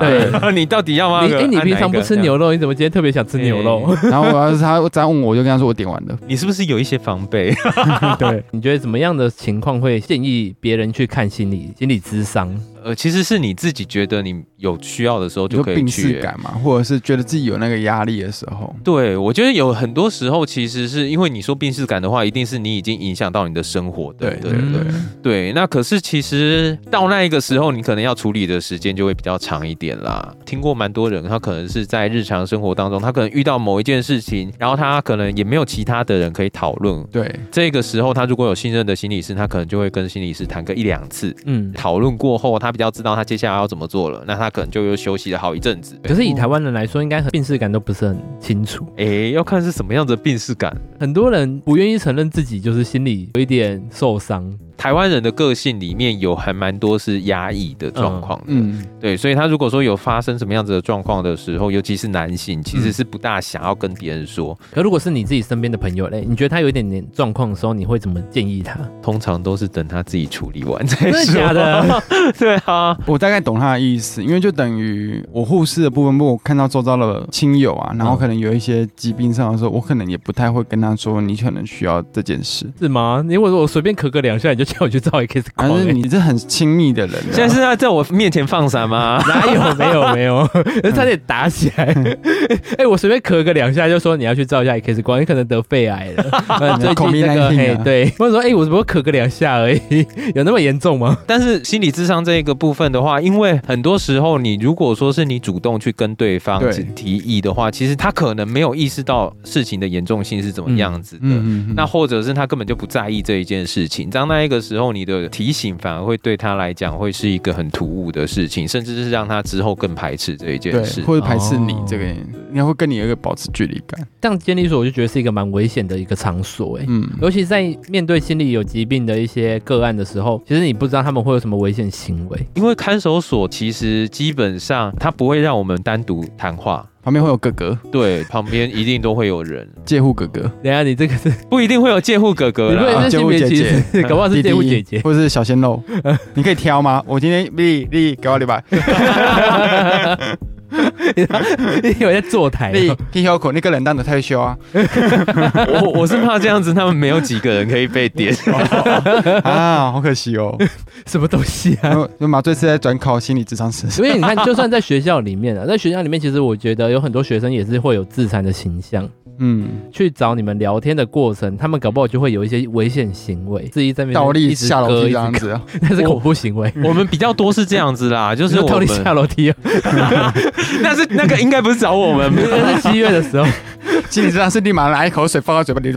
[SPEAKER 3] 对
[SPEAKER 1] 你到底要吗？
[SPEAKER 3] 你哎、你平常不吃？牛肉，你怎么今天特别想吃牛肉？
[SPEAKER 2] 然后我要是他再问我，我就跟他说我点完了。
[SPEAKER 1] 你是不是有一些防备？ 哎
[SPEAKER 3] 对，你觉得怎么样的情况会建议别人去看心理心理咨商？
[SPEAKER 1] 呃，其实是你自己觉得你有需要的时候
[SPEAKER 2] 你说
[SPEAKER 1] 就可以
[SPEAKER 2] 病
[SPEAKER 1] 去、
[SPEAKER 2] 逝感嘛，或者是觉得自己有那个压力的时候，
[SPEAKER 1] 对，我觉得有很多时候其实是因为你说病视感的话，一定是你已经影响到你的生活的，
[SPEAKER 2] 对
[SPEAKER 1] 对
[SPEAKER 2] 对
[SPEAKER 3] 嗯
[SPEAKER 2] 对
[SPEAKER 1] 对。那可是其实到那一个时候，你可能要处理的时间就会比较长一点啦。听过蛮多人，他可能是在日常生活当中，他可能遇到某一件事情，然后他可能也没有其他的人可以讨论。
[SPEAKER 2] 对，
[SPEAKER 1] 这个时候，他如果有信任的心理师，他可能就会跟心理师谈个一两次。
[SPEAKER 3] 嗯，
[SPEAKER 1] 讨论过后，他比较知道他接下来要怎么做了，那他可能就又休息了好一阵子。
[SPEAKER 3] 可是以台湾人来说，应该病视感都不是很清楚。
[SPEAKER 1] 诶，要看是什么样的病视感。
[SPEAKER 3] 很多人不愿意承认自己就是心里有一点受伤，
[SPEAKER 1] 台湾人的个性里面有还蛮多是压抑的状况的，
[SPEAKER 2] 嗯，
[SPEAKER 1] 对，所以他如果说有发生什么样子的状况的时候，尤其是男性，其实是不大想要跟别人说，
[SPEAKER 3] 可如果是你自己身边的朋友嘞，你觉得他有一点点状况的时候，你会怎么建议他？
[SPEAKER 1] 通常都是等他自己处理完再
[SPEAKER 3] 真
[SPEAKER 1] 说。
[SPEAKER 3] 的假？的？
[SPEAKER 1] 对啊，
[SPEAKER 2] 我大概懂他的意思，因为就等于我护士的部分，我看到周遭的亲友啊，然后可能有一些疾病上的时候，我可能也不太会跟他说你可能需要这件事，
[SPEAKER 3] 是吗？你如果说我随便咳个两下，你就叫我去照 X
[SPEAKER 2] 但
[SPEAKER 3] 光、欸？？
[SPEAKER 2] 是你是很亲密的人啊、
[SPEAKER 1] 现在是在在我面前放闪吗
[SPEAKER 3] 哪 有？没有没有， 差点打起来。哎、我随便咳个两下就说你要去照一下 X 光，你可能得肺癌 了。呃最近那
[SPEAKER 2] COVID-19
[SPEAKER 3] 个
[SPEAKER 2] 啊
[SPEAKER 3] 嘿，对，或者说哎、我只不过咳个两下而已， 有那么严重吗？
[SPEAKER 1] 但是心理智商这个部分的话，因为很多时候你如果说是你主动去跟对方
[SPEAKER 2] 对
[SPEAKER 1] 提议的话，其实他可能没有意识到事情的严重性是怎么样子的。
[SPEAKER 2] 嗯，嗯嗯，
[SPEAKER 1] 那或者是他根本就不在意这一件事情，当那一个时候，你的提醒反而会对他来讲会是一个很突兀的事情，甚至是让他之后更排斥这一件
[SPEAKER 2] 对，
[SPEAKER 1] 事。
[SPEAKER 2] 或者排斥你
[SPEAKER 3] 哦
[SPEAKER 2] 这个，应该会跟你有一个保持距离感，
[SPEAKER 3] 这样监理所我就觉得是一个蛮危险的一个场所、哎、
[SPEAKER 2] 嗯，
[SPEAKER 3] 尤其在面对心理有疾病的一些个案的时候，其实你不知道他们会有什么危险行为。
[SPEAKER 1] 因为看守所其实基本上他不会让我们单独谈 话，
[SPEAKER 2] 旁边会有哥哥
[SPEAKER 1] 对，旁边一定都会有人，
[SPEAKER 2] 介护哥哥，
[SPEAKER 3] 等一下你这个是，
[SPEAKER 1] 不一定会有监护哥哥
[SPEAKER 3] 你不
[SPEAKER 1] 啦。
[SPEAKER 3] 能是性别歧
[SPEAKER 2] 啊
[SPEAKER 3] 视，搞不好是
[SPEAKER 2] 弟
[SPEAKER 3] 介护
[SPEAKER 2] 弟
[SPEAKER 3] 姐姐。
[SPEAKER 2] 或者是小鲜肉，你可以挑吗？我今天丽丽给我礼拜，
[SPEAKER 3] 你以为在坐台哦、
[SPEAKER 2] 丽听小口那个冷淡的退休啊
[SPEAKER 1] 我我是怕这样子，他们没有几个人可以被 点。
[SPEAKER 2] 啊，好可惜哦，
[SPEAKER 3] 什么东西啊？
[SPEAKER 2] 然后麻醉是在转考心理智商师。
[SPEAKER 3] 所以你看，就算在学校里面啊，在学校里面，其实我觉得有很多学生也是会有自残的形象。
[SPEAKER 2] 嗯，
[SPEAKER 3] 去找你们聊天的过程，他们搞不好就会有一些危险行为，自己在那边
[SPEAKER 2] 倒立
[SPEAKER 3] 一直
[SPEAKER 2] 下楼梯
[SPEAKER 3] 割一
[SPEAKER 2] 这
[SPEAKER 3] 直
[SPEAKER 2] 样
[SPEAKER 3] 割
[SPEAKER 2] 子啊，
[SPEAKER 3] 那是恐怖行为。
[SPEAKER 1] 我们比较多是这样子 啦，就
[SPEAKER 3] 就是
[SPEAKER 1] 我
[SPEAKER 3] 倒立
[SPEAKER 1] 们，
[SPEAKER 3] 下楼梯哦，
[SPEAKER 1] 但是那个应该不是找我们吧。
[SPEAKER 3] 那是七月的时候，
[SPEAKER 2] 心理治疗师立马拿一口水放到嘴巴 里，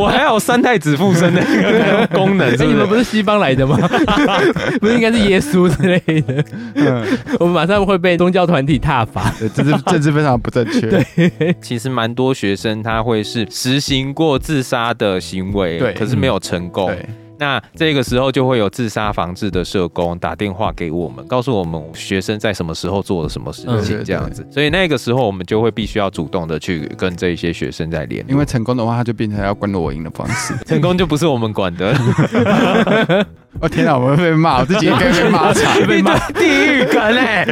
[SPEAKER 1] 我还有三代子附身的 那个功能，
[SPEAKER 3] 哎
[SPEAKER 1] 是不
[SPEAKER 3] 你们不
[SPEAKER 1] 是？
[SPEAKER 3] 是西方来的吗？ 不是应该是耶稣之类的？
[SPEAKER 2] 嗯，
[SPEAKER 3] 我们马上会被宗教团体踏伐。
[SPEAKER 2] 对这是 政治非常不正确。对，
[SPEAKER 1] 其实蛮多学生他会是实行过自杀的行为，
[SPEAKER 2] 对嗯
[SPEAKER 1] 可是没有成
[SPEAKER 3] 哦
[SPEAKER 1] 功。那这个时候就会有自杀防治的社工打电话给我们，告诉我们学生在什么时候做了什么事
[SPEAKER 3] 嗯
[SPEAKER 2] 对对
[SPEAKER 1] 情，
[SPEAKER 2] 对
[SPEAKER 1] 这样子。所以那个时候我们就会必须要主动的去跟这一些学生在联络，
[SPEAKER 2] 因为成功的话，他就变成要关我营的方式。
[SPEAKER 1] 成功就不是我们管的，
[SPEAKER 2] 哦天哪，我们会被骂，我自己应该被骂 惨。
[SPEAKER 1] 被骂 地狱梗哎、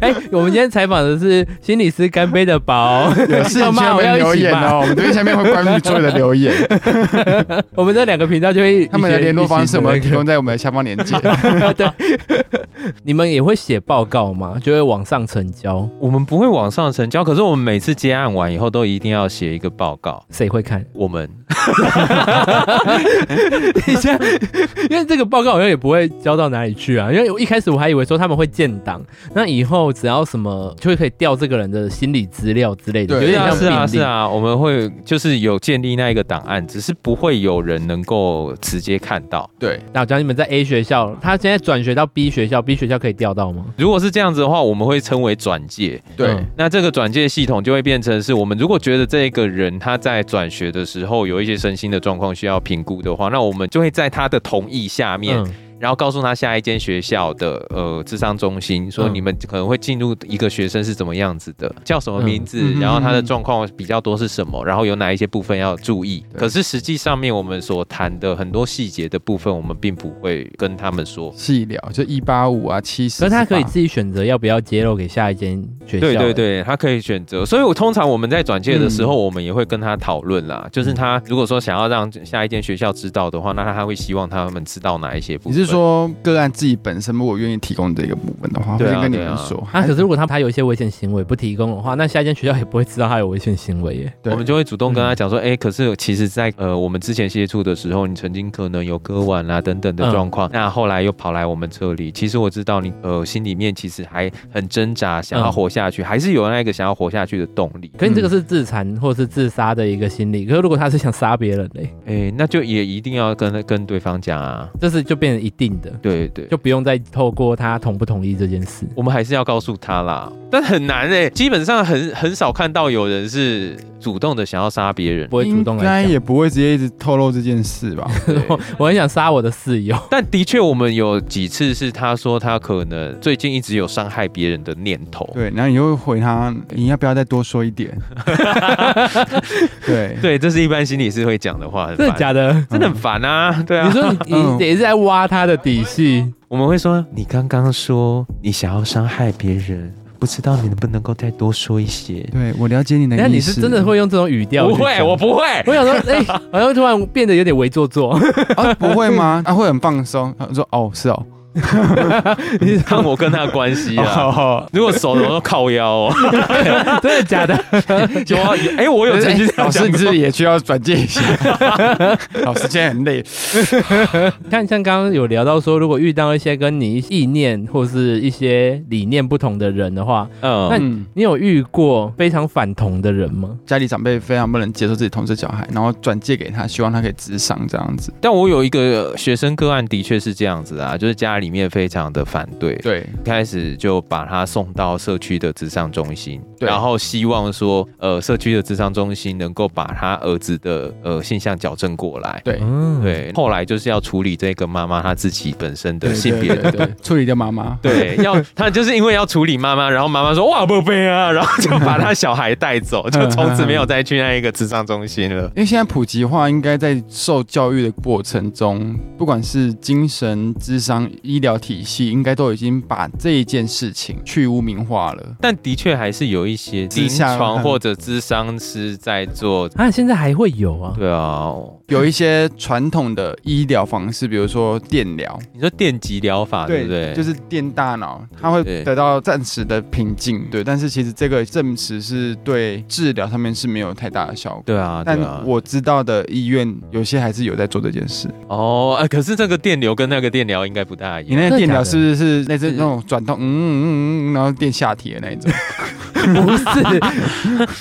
[SPEAKER 3] 哎、我们今天采访的是心理师干杯的宝，
[SPEAKER 2] 有事
[SPEAKER 3] 要
[SPEAKER 2] 情
[SPEAKER 3] 骂
[SPEAKER 2] 下
[SPEAKER 3] 我要
[SPEAKER 2] 面留
[SPEAKER 3] 一起
[SPEAKER 2] 言
[SPEAKER 3] 骂。
[SPEAKER 2] 哦，我们这边下面会关闭所有的留言，哦
[SPEAKER 3] 我们这两个频道就会
[SPEAKER 2] 他们的
[SPEAKER 3] 一起
[SPEAKER 2] 联络方式我们
[SPEAKER 3] 一起
[SPEAKER 2] 提
[SPEAKER 3] 那
[SPEAKER 2] 供在我们的下方链接。
[SPEAKER 3] 个对， 你们也会写报告吗？就会往上成交，
[SPEAKER 1] 我们不会往上成交，可是我们每次接案完以后都一定要写一个报告。
[SPEAKER 3] 谁会 看？
[SPEAKER 1] 我们
[SPEAKER 3] 等一下， 因为这个报告好像也不会交到哪里去啊。因为我一开始我还以为说他们会建档，那以后只要什么就可以调这个人的心理资料之类的，
[SPEAKER 2] 对
[SPEAKER 1] 是
[SPEAKER 3] 有点
[SPEAKER 1] 啊
[SPEAKER 3] 像
[SPEAKER 1] 是啊
[SPEAKER 3] 病
[SPEAKER 1] 是
[SPEAKER 3] 历。
[SPEAKER 1] 啊，我们会就是有建立那一个档案，只是不会有人能够直接看到。
[SPEAKER 2] 对，
[SPEAKER 3] 那我讲你们在 A 学校，他现在转学到 B 学校，B 学校可以调到吗？
[SPEAKER 1] 如果是这样子的话，我们会称为转介。
[SPEAKER 2] 对
[SPEAKER 3] 嗯，
[SPEAKER 1] 那这个转介系统就会变成是我们如果觉得这个人他在转学的时候有一些身心的状况需要评估的话，那我们就会在他的同意下面，
[SPEAKER 3] 嗯，
[SPEAKER 1] 然后告诉他下一间学校的呃智商中心，说
[SPEAKER 3] 嗯
[SPEAKER 1] 你们可能会进入一个学生是怎么样子的，叫什么名字，
[SPEAKER 2] 嗯
[SPEAKER 1] 然后他的状况比较多是什么，然后有哪一些部分要注意。
[SPEAKER 2] 对
[SPEAKER 1] 可是实际上面我们所谈的很多细节的部分，我们并不会跟他们说。
[SPEAKER 2] 细聊就一八五啊，七十。
[SPEAKER 3] 可是他可以自己选择要不要揭露给下一间学校。
[SPEAKER 1] 对对。对，他可以选择，所以我通常我们在转介的时
[SPEAKER 2] 嗯
[SPEAKER 1] 候，我们也会跟他讨论啦。就是他如果说想要让下一间学校知道的话，那他会希望他们知道哪一些部
[SPEAKER 2] 你
[SPEAKER 1] 分。
[SPEAKER 2] 是说个案自己本身，如果愿意提供这个部分的话，会
[SPEAKER 1] 对啊
[SPEAKER 2] 先跟你
[SPEAKER 1] 对
[SPEAKER 2] 们
[SPEAKER 1] 啊
[SPEAKER 2] 说。
[SPEAKER 3] 啊，可是如果他他有一些危险行为不提供的话，那下一间学校也不会知道他有危险行为耶。
[SPEAKER 2] 对
[SPEAKER 1] 我们就会主动跟他讲说，
[SPEAKER 3] 嗯
[SPEAKER 1] 哎、可是其实在，呃我们之前接触的时候，你曾经可能有割腕啊等
[SPEAKER 3] 嗯
[SPEAKER 1] 等的状况，那后来又跑来我们这里。其实我知道你呃心里面其实还很挣扎，想要
[SPEAKER 3] 嗯
[SPEAKER 1] 活下去，还是有那个想要活下去的动力。
[SPEAKER 3] 可是你这个是自残或是自杀的一个心理，可是如果他是想杀别人嘞，
[SPEAKER 1] 哎、那就也一定要跟跟对方讲啊。
[SPEAKER 3] 这是就变成一定的，
[SPEAKER 1] 对对，
[SPEAKER 3] 就不用再透过他同不同意这件事。
[SPEAKER 1] 我们还是要告诉他啦，但很难哎、基本上很很少看到有人是主动的想要杀别人
[SPEAKER 3] 不。会主动
[SPEAKER 2] 应该
[SPEAKER 3] 来讲，
[SPEAKER 2] 也不会直接一直透露这件事 吧？
[SPEAKER 1] 对
[SPEAKER 3] 我很想杀我的室友，
[SPEAKER 1] 但的确，我们有几次是他说他可能最近一直有伤害别人的念头。
[SPEAKER 2] 对，然后你就会回他，你要不要再多说一点？ 对，
[SPEAKER 1] 对，这是一般心理师会讲的话，很
[SPEAKER 3] 真的
[SPEAKER 1] 烦
[SPEAKER 3] 假的？
[SPEAKER 1] 真的很烦啊！对
[SPEAKER 3] 你
[SPEAKER 1] 啊，
[SPEAKER 3] 说你
[SPEAKER 2] 嗯
[SPEAKER 3] 你也是在挖他的底细，
[SPEAKER 1] 我们会说你刚刚说你想要伤害别人，不知道你能不能够再多说一些？
[SPEAKER 2] 对我了解你的意
[SPEAKER 3] 那
[SPEAKER 2] 思。
[SPEAKER 3] 你是真的会用这种语调？
[SPEAKER 1] 不会，我。不会。
[SPEAKER 3] 我想说， 哎、好像突然变得有点猥做作。
[SPEAKER 2] 啊？不会吗？啊，会很放松。他说哦，是 哦，
[SPEAKER 1] 你看我跟他的关系 啊。
[SPEAKER 2] 哦，
[SPEAKER 1] 如果熟的我都靠腰哦，
[SPEAKER 3] 真的假的？
[SPEAKER 1] 有啊，有哎、我有曾经这样
[SPEAKER 2] 老
[SPEAKER 1] 讲
[SPEAKER 2] 师，你
[SPEAKER 1] 过
[SPEAKER 2] 是不是也需要转介一 下？老师现在很累，
[SPEAKER 3] 看， 像刚刚有聊到说，如果遇到一些跟你意念或是一些理念不同的人的话，
[SPEAKER 1] 嗯，
[SPEAKER 3] 那
[SPEAKER 2] 嗯，
[SPEAKER 3] 你有遇过非常反同的人吗？
[SPEAKER 2] 家里长辈非常不能接受自己同事小孩，然后转借给他，希望他可以智商这样子。
[SPEAKER 1] 但我有一个学生个案，的确是这样子啊，就是家里面非常的反对，
[SPEAKER 2] 对，
[SPEAKER 1] 一开始就把他送到社区的智商中心，
[SPEAKER 2] 对
[SPEAKER 1] 然后希望说，呃，社区的智商中心能够把他儿子的呃现象矫正过来。
[SPEAKER 2] 对
[SPEAKER 3] 嗯，
[SPEAKER 1] 对，后来就是要处理这个妈妈她自己本身的
[SPEAKER 2] 对
[SPEAKER 1] 性别的。
[SPEAKER 2] 对对对 处理掉妈妈。
[SPEAKER 1] 对，要他就是因为要处理妈妈，然后妈妈说哇不背啊，然后就把他小孩带走，就从此没有再去那一个智商中心了。
[SPEAKER 2] 因为现在普及化，应该在受教育的过程中，不管是精神、智商、医疗体系，应该都已经把这一件事情去污名化 了。
[SPEAKER 1] 但的确还是有一些
[SPEAKER 2] 自
[SPEAKER 1] 临
[SPEAKER 2] 杀
[SPEAKER 1] 床或者智商师在做。
[SPEAKER 3] 啊，现在还会有啊？
[SPEAKER 1] 对啊，
[SPEAKER 2] 有一些传统的医疗方式，比如说电疗，
[SPEAKER 1] 你说电极疗法啊对不对？
[SPEAKER 2] 就是电大脑，它会
[SPEAKER 1] 对
[SPEAKER 2] 得到暂时的平静，
[SPEAKER 1] 嗯
[SPEAKER 2] 对。但是其实这个证实是对治疗上面是没有太大的效果。
[SPEAKER 1] 对啊，对
[SPEAKER 2] 但
[SPEAKER 1] 啊。
[SPEAKER 2] 我知道的医院有些还是有在做这件事。
[SPEAKER 1] 哦，啊，可是这个电流跟那个电疗应该不大一
[SPEAKER 2] 你
[SPEAKER 1] 样。
[SPEAKER 2] 那个电疗是不是是类
[SPEAKER 1] 的
[SPEAKER 2] 嗯似那种转动，嗯嗯嗯嗯，然后电下体的那一种？
[SPEAKER 3] 不是，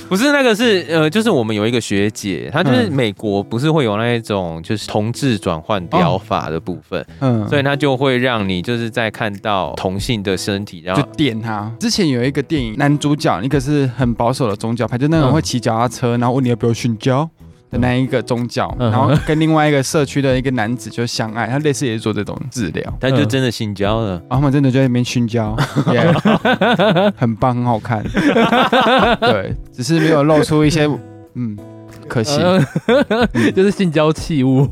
[SPEAKER 1] 不是那个是呃，就是我们有一个学姐，她就是美国不是会有那一种就是同志转换
[SPEAKER 2] 哦
[SPEAKER 1] 疗法的部分，
[SPEAKER 2] 嗯，
[SPEAKER 1] 所以她就会让你就是在看到同性的身体，然
[SPEAKER 2] 就
[SPEAKER 1] 后
[SPEAKER 2] 电他。之前有一个电影，男主角一个是很保守的宗教派，就那种
[SPEAKER 3] 嗯
[SPEAKER 2] 会骑脚踏车，然后问你要不要训教的那一个宗教，
[SPEAKER 3] 嗯
[SPEAKER 2] 然后跟另外一个社区的一个男子就相爱，他类似也是做这种治疗，
[SPEAKER 1] 她就真的性交了。
[SPEAKER 2] 然后他们真的就在那边训 教，yeah，很棒，很好看，对，只是没有露出一些，嗯，可惜，
[SPEAKER 3] 呃 就是性交器 物。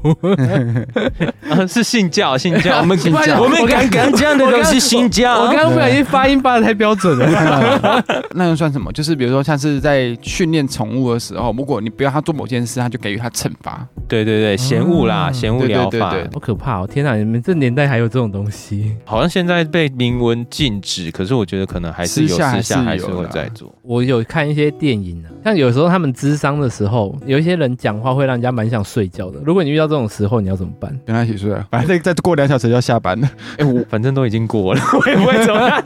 [SPEAKER 1] 啊，是信教，信教， 我们
[SPEAKER 2] 信教
[SPEAKER 1] 我们敢敢这样的东西信
[SPEAKER 3] 我
[SPEAKER 1] 教
[SPEAKER 3] 刚。刚不小心发音发的太标准了。
[SPEAKER 2] 那又算什么？就是比如说，像是在训练宠物的时候，如果你不要它做某件事，它就给予它惩罚。
[SPEAKER 1] 对对对，嫌恶啦，
[SPEAKER 3] 嗯
[SPEAKER 1] 嫌恶疗法
[SPEAKER 2] 哦对对对，对
[SPEAKER 3] 好可怕哦！天哪，你们这年代还有这种东西？
[SPEAKER 1] 好像现在被明文禁止，可是我觉得可能还是有
[SPEAKER 2] 私下还
[SPEAKER 1] 私下
[SPEAKER 2] 是
[SPEAKER 1] 还是
[SPEAKER 2] 有
[SPEAKER 1] 会
[SPEAKER 2] 啦
[SPEAKER 1] 在做。
[SPEAKER 3] 我有看一些电影啊，像有时候他们智商的时候，有一些人讲话会让人家蛮想睡觉的。如果你遇到这种时候，你要怎么办？
[SPEAKER 2] 跟它一起睡啊，反正再过两小时就要下班了。
[SPEAKER 1] 哎，我反正都已经过了， 我也不会怎么样。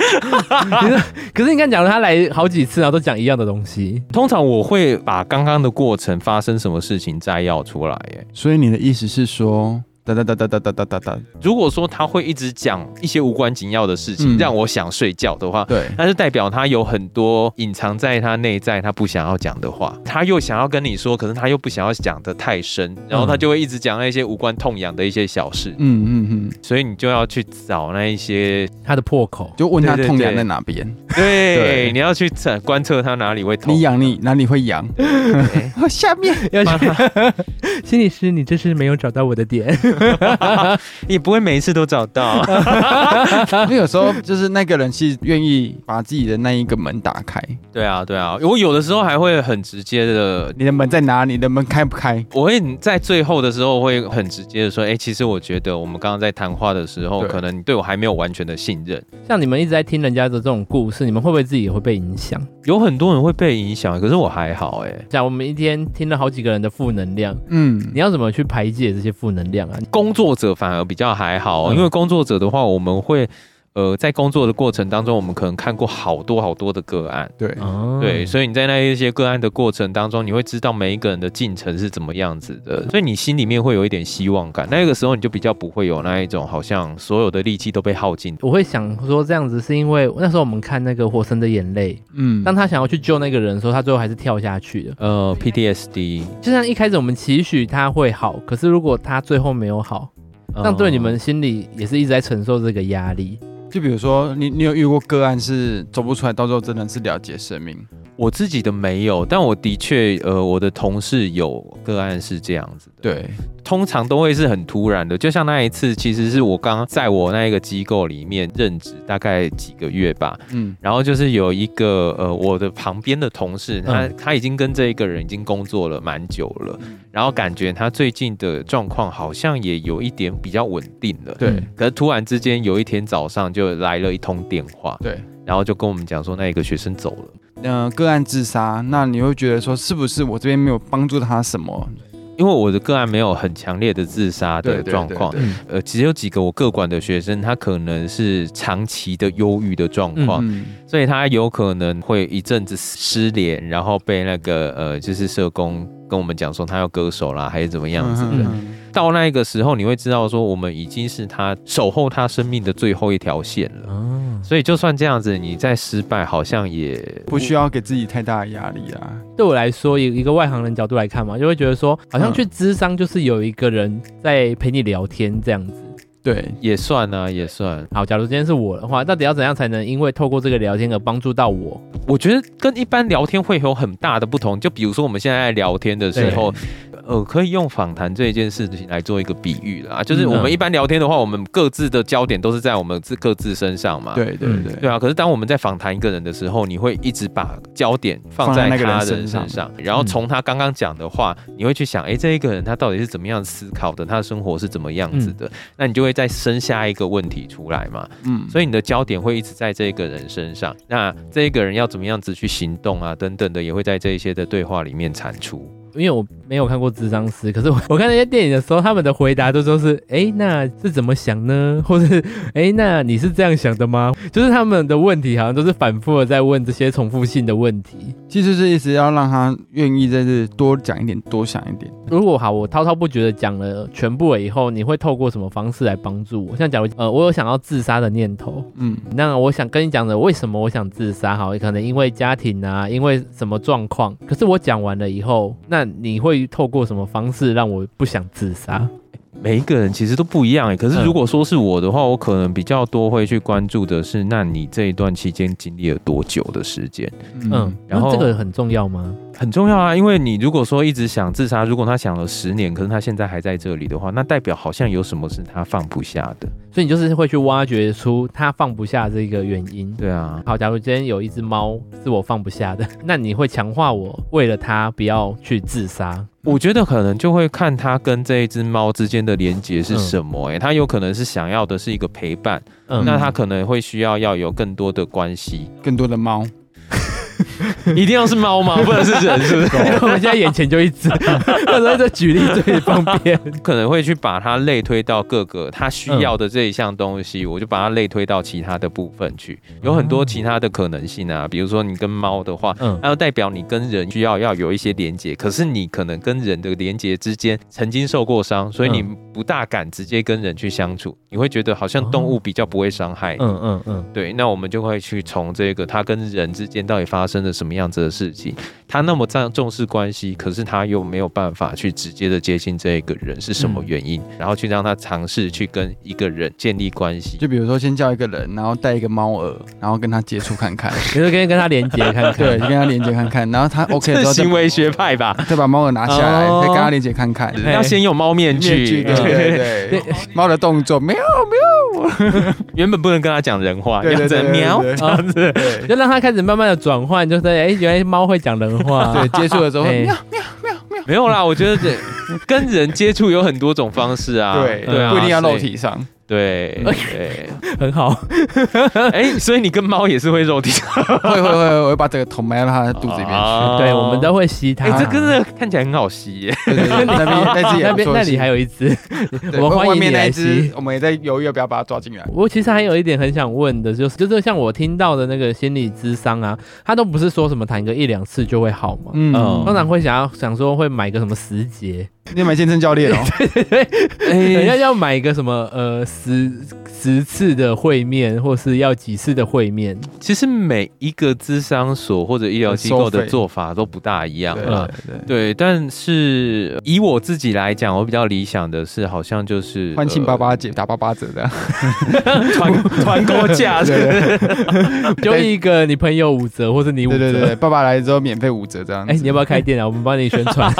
[SPEAKER 3] 可是你看，假如他来好几次，然后都讲一样的东西，
[SPEAKER 1] 通常我会把刚刚的过程发生什么事情摘要出来。哎，
[SPEAKER 2] 所以你的意思是说，哒哒哒哒哒哒哒哒哒，
[SPEAKER 1] 如果说他会一直讲一些无关紧要的事情，
[SPEAKER 2] 嗯
[SPEAKER 1] 让我想睡觉的话。
[SPEAKER 2] 对，
[SPEAKER 1] 那就代表他有很多隐藏在他内在他不想要讲的话，他又想要跟你说，可是他又不想要讲的太深，然后他就会一直讲那些无关痛痒的一些小事，
[SPEAKER 2] 嗯嗯嗯嗯，
[SPEAKER 1] 所以你就要去找那一 些，
[SPEAKER 3] 他的破口。
[SPEAKER 2] 就问它
[SPEAKER 1] 对对
[SPEAKER 2] 痛
[SPEAKER 1] 对
[SPEAKER 2] 痒在哪边，
[SPEAKER 1] 对，
[SPEAKER 2] 对
[SPEAKER 1] 你要去测观测他哪里会痛。
[SPEAKER 2] 你痒哎你哪里会痒？ 下面
[SPEAKER 3] 要 去心理师，你这是没有找到我的点。
[SPEAKER 1] 也不会每一次都找到。
[SPEAKER 2] 因为有时候就是那个人是愿意把自己的那一个门打开，
[SPEAKER 1] 对啊，对啊，我有的时候还会很直接的。
[SPEAKER 2] 你的门在哪里？你的门开不开？
[SPEAKER 1] 我会在最后的时候会很直接的说，哎、其实我觉得我们刚刚在谈话的时候，
[SPEAKER 2] 对
[SPEAKER 1] 可能你对我还没有完全的信任。
[SPEAKER 3] 像你们一直在听人家的这种故事，你们会不会自己也会被影响？
[SPEAKER 1] 有很多人会被影响，可是我还好哎、
[SPEAKER 3] 假如我们一天听了好几个人的负能量，
[SPEAKER 2] 嗯
[SPEAKER 3] 你，要怎么去排解这些负能量啊？
[SPEAKER 1] 工作者反而比较还好，哦
[SPEAKER 3] 嗯
[SPEAKER 1] 因为工作者的话，我们会呃在工作的过程当中，我们可能看过好多好多的个案，
[SPEAKER 2] 对，
[SPEAKER 3] 哦
[SPEAKER 1] 对，所以你在那一些个案的过程当中，你会知道每一个人的进程是怎么样子的，所以你心里面会有一点希望感。那个时候你就比较不会有那一种好像所有的力气都被耗尽。
[SPEAKER 3] 我会想说这样子，是因为那时候我们看那个《火神的眼泪》，
[SPEAKER 2] 嗯，
[SPEAKER 3] 当他想要去救那个人的时候，他最后还是跳下去的。
[SPEAKER 1] 呃，PTSD，
[SPEAKER 3] 就像一开始我们期许他会好，可是如果他最后没有好，
[SPEAKER 1] 呃
[SPEAKER 3] 这样对你们心里也是一直在承受这个压力。
[SPEAKER 2] 就比如说你你有遇过个案是走不出来，到最后真的是了解生命，
[SPEAKER 1] 我自己的没有，但我的确，呃，我的同事有个案是这样子的。
[SPEAKER 2] 对，
[SPEAKER 1] 通常都会是很突然的，就像那一次，其实是我刚在我那一个机构里面任职大概几个月吧，
[SPEAKER 2] 嗯
[SPEAKER 1] 然后就是有一个呃我的旁边的同事，
[SPEAKER 2] 嗯
[SPEAKER 1] 他、他已经跟这一个人已经工作了蛮久了，然后感觉他最近的状况好像也有一点比较稳定了，
[SPEAKER 2] 对
[SPEAKER 3] 嗯
[SPEAKER 1] 可是突然之间有一天早上就来了一通电话，
[SPEAKER 2] 对。
[SPEAKER 1] 然后就跟我们讲说那一个学生走了。
[SPEAKER 2] 嗯，个案自杀，那你会觉得说是不是我这边没有帮助他什么？
[SPEAKER 1] 因为我的个案没有很强烈的自杀的状况，
[SPEAKER 2] 对对
[SPEAKER 3] 嗯
[SPEAKER 1] 呃，其实有几个我各管的学生，他可能是长期的忧郁的状况，
[SPEAKER 2] 嗯，
[SPEAKER 1] 所以他有可能会一阵子失联，然后被那个呃，就是社工跟我们讲说他要割手啦，还是怎么样子的。
[SPEAKER 2] 嗯
[SPEAKER 1] 到那个时候，你会知道说我们已经是他守候他生命的最后一条线了。
[SPEAKER 3] 哦，
[SPEAKER 1] 所以就算这样子，你再失败，好像也
[SPEAKER 2] 不需要给自己太大的压力啦。
[SPEAKER 3] 对我来说，以一个外行人角度来看嘛，就会觉得说，好
[SPEAKER 2] 嗯
[SPEAKER 3] 像去咨商就是有一个人在陪你聊天这样子。
[SPEAKER 2] 对，
[SPEAKER 1] 也算啊，也算。
[SPEAKER 3] 好，假如今天是我的话，到底要怎样才能因为透过这个聊天而帮助到我？
[SPEAKER 1] 我觉得跟一般聊天会有很大的不同。就比如说我们现在聊天的时候，呃，可以用访谈这一件事情来做一个比喻啦。
[SPEAKER 2] 嗯
[SPEAKER 1] 就是我们一般聊天的话，我们各自的焦点都是在我们自各自身上嘛。。
[SPEAKER 2] 对对
[SPEAKER 3] 嗯
[SPEAKER 2] 对
[SPEAKER 1] 对啊，可是当我们在访谈一个人的时候，你会一直把焦点放在
[SPEAKER 2] 放在那个人
[SPEAKER 1] 他人
[SPEAKER 2] 身
[SPEAKER 1] 身
[SPEAKER 2] 上嗯
[SPEAKER 1] 上，然后从他刚刚讲的话，你会去想，哎，这一个人他到底是怎么样思考的，他的生活是怎么样子的，那你就会再生下一个问题出来嘛。
[SPEAKER 2] 嗯，
[SPEAKER 1] 所以你的焦点会一直在这个人身上，那这个人要怎么样子去行动啊，等等的，也会在这一些的对话里面产出。
[SPEAKER 3] 因为我没有看过智商师，可是我我看那些电影的时候，他们的回答都都是，哎，那是怎么想呢？ 或是，哎，那你是这样想的吗？就是他们的问题好像都是反复的在问这些重复性的问题。
[SPEAKER 2] 其实是一直要让他愿意在这多讲一点，多想一点。
[SPEAKER 3] 如果好，我滔滔不绝的讲了全部了以后，你会透过什么方式来帮助我？像假如呃，我有想要自杀的念头，
[SPEAKER 2] 嗯，
[SPEAKER 3] 那我想跟你讲的，为什么我想自杀？好，可能因为家庭啊，因为什么状况。可是我讲完了以后，那你会透过什么方式让我不想自杀？
[SPEAKER 1] 每一个人其实都不一样哎。可是如果说是我的话，我可能比较多会去关注的是，那你这一段期间经历了多久的时间？
[SPEAKER 3] 嗯，
[SPEAKER 1] 然后
[SPEAKER 3] 那这个很重要吗？
[SPEAKER 1] 很重要啊，因为你如果说一直想自杀，如果他想了十年，可是他现在还在这里的话，那代表好像有什么是他放不下的。
[SPEAKER 3] 所以你就是会去挖掘出他放不下这个原因。
[SPEAKER 1] 对啊，
[SPEAKER 3] 好，假如今天有一只猫是我放不下的， 那你会强化我为了它不要去自杀。
[SPEAKER 1] 我觉得可能就会看他跟这一只猫之间的连结是什么、欸。哎、它有可能是想要的是一个陪伴，
[SPEAKER 3] 嗯，
[SPEAKER 1] 那他可能会需要要有更多的关系，
[SPEAKER 2] 更多的猫，
[SPEAKER 1] 一定要是猫 吗？不能是人，是不是？
[SPEAKER 3] 因为我们现在眼前就 一只，那时候这举例最方便。
[SPEAKER 1] 可能会去把它类推到各个他需要的这一项东西，我就把它类推到其他的部分去，有很多其他的可能性啊。比如说你跟猫的话，
[SPEAKER 3] 嗯
[SPEAKER 1] 那就代表你跟人需要要有一些连接，可是你可能跟人的连接之间曾经受过伤，所以你不大敢直接跟人去相处，你会觉得好像动物比较不会伤害你。
[SPEAKER 3] 嗯嗯嗯，
[SPEAKER 1] 对，那我们就会去从这个他跟人之间到底发生了什么样子的事情，他那么重重视关系，可是他又没有办法去直接的接近这一个人是什
[SPEAKER 2] 嗯
[SPEAKER 1] 么原因，然后去让他尝试去跟一个人建立关系。
[SPEAKER 2] 就比如说先叫一个人，然后带一个猫耳，然后跟他接触看看，
[SPEAKER 3] 你就跟跟它连接看 看。
[SPEAKER 2] 对，就跟他连接看看，然后他
[SPEAKER 1] 这
[SPEAKER 2] OK 的
[SPEAKER 1] 是
[SPEAKER 2] 时
[SPEAKER 1] 行
[SPEAKER 2] 候
[SPEAKER 1] 为学派吧，
[SPEAKER 2] 再再把猫耳拿下来，
[SPEAKER 3] 哦
[SPEAKER 2] 再跟他连接看看。
[SPEAKER 3] 对
[SPEAKER 1] 要先有猫面
[SPEAKER 2] 哎面具
[SPEAKER 1] 具。
[SPEAKER 2] 对对对，猫的动作没有，
[SPEAKER 1] 原本不能跟他讲人话，
[SPEAKER 2] 对
[SPEAKER 1] 要
[SPEAKER 2] 对
[SPEAKER 1] 只
[SPEAKER 2] 对
[SPEAKER 1] 能喵。
[SPEAKER 2] 对
[SPEAKER 1] 这样子，
[SPEAKER 2] 对
[SPEAKER 3] 哦就让它开始慢慢的转换，就是哎、原来猫会讲人话。
[SPEAKER 2] 对，接触的时候
[SPEAKER 3] 哎
[SPEAKER 2] 喵，
[SPEAKER 1] 没有啦，我觉得这跟人接触有很多种方式啊，
[SPEAKER 2] 对
[SPEAKER 1] 对啊，
[SPEAKER 2] 不一定要肉
[SPEAKER 1] 所以，
[SPEAKER 2] 体上，
[SPEAKER 1] 对对，
[SPEAKER 3] 很好。
[SPEAKER 1] 哎，所以你跟猫也是会肉体
[SPEAKER 2] 会会会，我会把整个头埋到他的肚子里面去。
[SPEAKER 1] 啊
[SPEAKER 3] 对，我们都会吸它。
[SPEAKER 1] 哎、这跟这
[SPEAKER 2] 嗯
[SPEAKER 1] 看起来很好吸耶！
[SPEAKER 2] 对对对，那边那哎只也
[SPEAKER 3] 那
[SPEAKER 2] 不
[SPEAKER 3] 边
[SPEAKER 2] 错
[SPEAKER 3] 那里还有一只，
[SPEAKER 2] 对
[SPEAKER 3] 我欢迎
[SPEAKER 2] 外面
[SPEAKER 3] 你
[SPEAKER 2] 那
[SPEAKER 3] 来
[SPEAKER 2] 一只
[SPEAKER 3] 吸，
[SPEAKER 2] 我们也在犹豫要不要把它抓进来。
[SPEAKER 3] 我其实还有一点很想问的，就是就是像我听到的那个心理咨商啊，他都不是说什么谈个一两次就会好嘛，
[SPEAKER 2] 嗯，
[SPEAKER 1] 嗯
[SPEAKER 3] 通常会想要想说会买个什么十节，
[SPEAKER 2] 你买健身教练哦，哎
[SPEAKER 3] 人 家要买个什么呃十十次的会面，或是要几次的会面，
[SPEAKER 1] 其实每一个咨商所或者医疗机构的做法都不大一样
[SPEAKER 2] 对
[SPEAKER 1] 了。
[SPEAKER 2] 对对，
[SPEAKER 1] 对，但是以我自己来讲，我比较理想的是，好像就是
[SPEAKER 2] 欢庆八八节打八八折的，
[SPEAKER 1] 呃团团购价，
[SPEAKER 2] 对 对
[SPEAKER 1] 是
[SPEAKER 3] 就一个你朋友五折，或是你五
[SPEAKER 2] 对
[SPEAKER 3] 折。
[SPEAKER 2] 对对，对爸爸来之后免费五折这样子。
[SPEAKER 3] 哎、你要不要开店啊？我们帮你宣 传。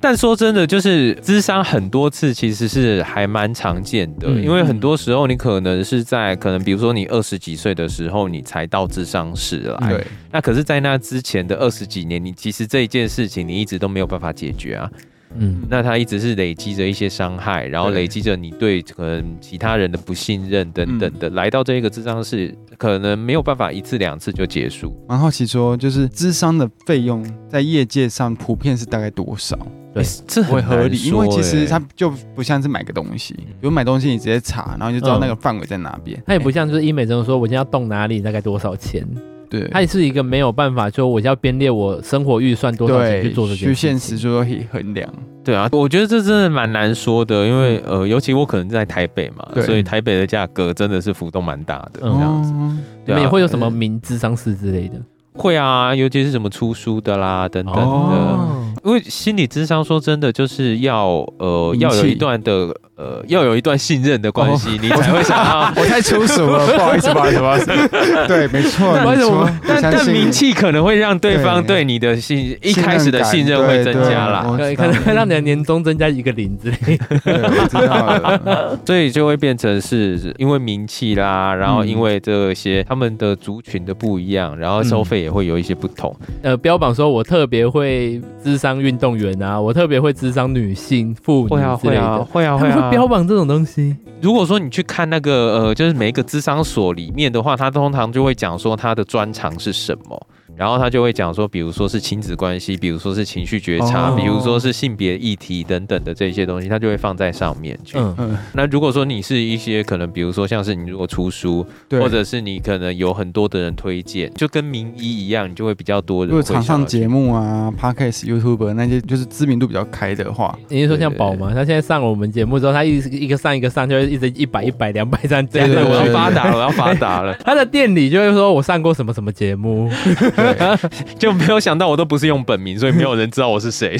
[SPEAKER 1] 但说真的，就是咨商很多次其实是还蛮常见的，
[SPEAKER 3] 嗯
[SPEAKER 1] 因为很多时候你可能是在可能比如说你二十几岁的时候，你才到咨商室来，
[SPEAKER 2] 对，
[SPEAKER 1] 那可是，在那之前的二十几年，你其实这一件事情你一直都没有办法解决啊。
[SPEAKER 3] 嗯，
[SPEAKER 1] 那他一直是累积着一些伤害，然后
[SPEAKER 2] 对
[SPEAKER 1] 累积着你对可能其他人的不信任等等
[SPEAKER 2] 嗯
[SPEAKER 1] 的，来到这个智障室，可能没有办法一次两次就结束。
[SPEAKER 2] 蛮好奇说，就是智商的费用在业界上普遍是大概多少？
[SPEAKER 3] 对
[SPEAKER 1] 欸这
[SPEAKER 2] 会
[SPEAKER 1] 很
[SPEAKER 2] 合理，
[SPEAKER 1] 难
[SPEAKER 2] 因为
[SPEAKER 1] 说
[SPEAKER 2] 其实
[SPEAKER 1] 欸
[SPEAKER 2] 它就不像是买个东西，比如买东西你直接查，然后你就知道
[SPEAKER 3] 嗯
[SPEAKER 2] 那个范围在哪边。
[SPEAKER 3] 他也不
[SPEAKER 2] 哎
[SPEAKER 3] 像就是医美诊所说，我今天要动哪里，大概多少钱？
[SPEAKER 2] 对，
[SPEAKER 3] 他也是一个没有办法说我要编列我生活预算多少钱去做这
[SPEAKER 2] 对，
[SPEAKER 3] 件事情。
[SPEAKER 2] 去现实就可以衡量。
[SPEAKER 1] 对啊，我觉得这真的蛮难说的，因为呃，尤其我可能在台北嘛，
[SPEAKER 2] 嗯对
[SPEAKER 1] 所以台北的价格真的是浮动蛮大的。
[SPEAKER 3] 嗯
[SPEAKER 1] 这样子
[SPEAKER 2] 哦，
[SPEAKER 3] 你
[SPEAKER 1] 对
[SPEAKER 3] 们
[SPEAKER 1] 啊
[SPEAKER 3] 也会有什么名智商师之类的？
[SPEAKER 1] 会啊，尤其是什么出书的啦等等的。
[SPEAKER 2] 哦
[SPEAKER 1] 因为心理智商，说真的，就是要呃
[SPEAKER 2] 名气哦
[SPEAKER 1] 要有一段的呃要有一段信任的关系，你才会想要
[SPEAKER 2] 我太粗俗 了，不好意思，不好意思，不好意思。 对，没错，
[SPEAKER 1] 但
[SPEAKER 2] 没错，
[SPEAKER 1] 但
[SPEAKER 2] 我相
[SPEAKER 1] 但
[SPEAKER 2] 信你
[SPEAKER 1] 名气可能会让对方
[SPEAKER 2] 对
[SPEAKER 1] 对你的信一开始的信任会增加啦，
[SPEAKER 2] 我
[SPEAKER 3] 可
[SPEAKER 2] 知
[SPEAKER 3] 可
[SPEAKER 2] 道
[SPEAKER 3] 能会让你的年终增加一个零之 类的。
[SPEAKER 2] 对我知道 了。
[SPEAKER 1] 所以就会变成是因为名气
[SPEAKER 3] 嗯
[SPEAKER 1] 啦，然后因为这些他们的族群的不一样，然后收费也会有一些不同。
[SPEAKER 3] 呃，标榜说我特别会智商运动员啊，我特别会智商女性、妇女
[SPEAKER 1] 会啊
[SPEAKER 3] 之类
[SPEAKER 1] 会
[SPEAKER 3] 的。
[SPEAKER 1] 啊会啊
[SPEAKER 3] 他
[SPEAKER 1] 会
[SPEAKER 3] 们会
[SPEAKER 1] 啊！
[SPEAKER 3] 标榜这种东西，
[SPEAKER 1] 如果说你去看那个呃，就是每一个智商所里面的话，他通常就会讲说他的专长是什么。然后他就会讲说，比如说是亲子关系，比如说是情绪觉察，
[SPEAKER 3] 哦
[SPEAKER 1] 比如说是性别议题等等的这些东西，他就会放在上面去。
[SPEAKER 3] 嗯，
[SPEAKER 2] 嗯，
[SPEAKER 1] 那如果说你是一些可能，比如说像是你如果出书，
[SPEAKER 2] 对，
[SPEAKER 1] 或者是你可能有很多的人推荐，就跟名医一样，你就会比较多人
[SPEAKER 2] 如
[SPEAKER 1] 会
[SPEAKER 2] 果场
[SPEAKER 1] 想
[SPEAKER 2] 上
[SPEAKER 1] 要去
[SPEAKER 2] 节目啊、podcast、YouTube 那些就是知名度比较开的 话，
[SPEAKER 3] 你是说像宝吗？他现在上了我们节目之后，他一直一个上一个上，就会一直一百一百两百这样这
[SPEAKER 1] 对对，
[SPEAKER 3] 样的。
[SPEAKER 1] 我
[SPEAKER 3] 我
[SPEAKER 1] 要
[SPEAKER 2] 对
[SPEAKER 1] 发达了，我要发达 了，
[SPEAKER 3] 他的店里就会说我上过什么什么节目。
[SPEAKER 1] 就没有想到我都不是用本名，所以没有人知道我是谁。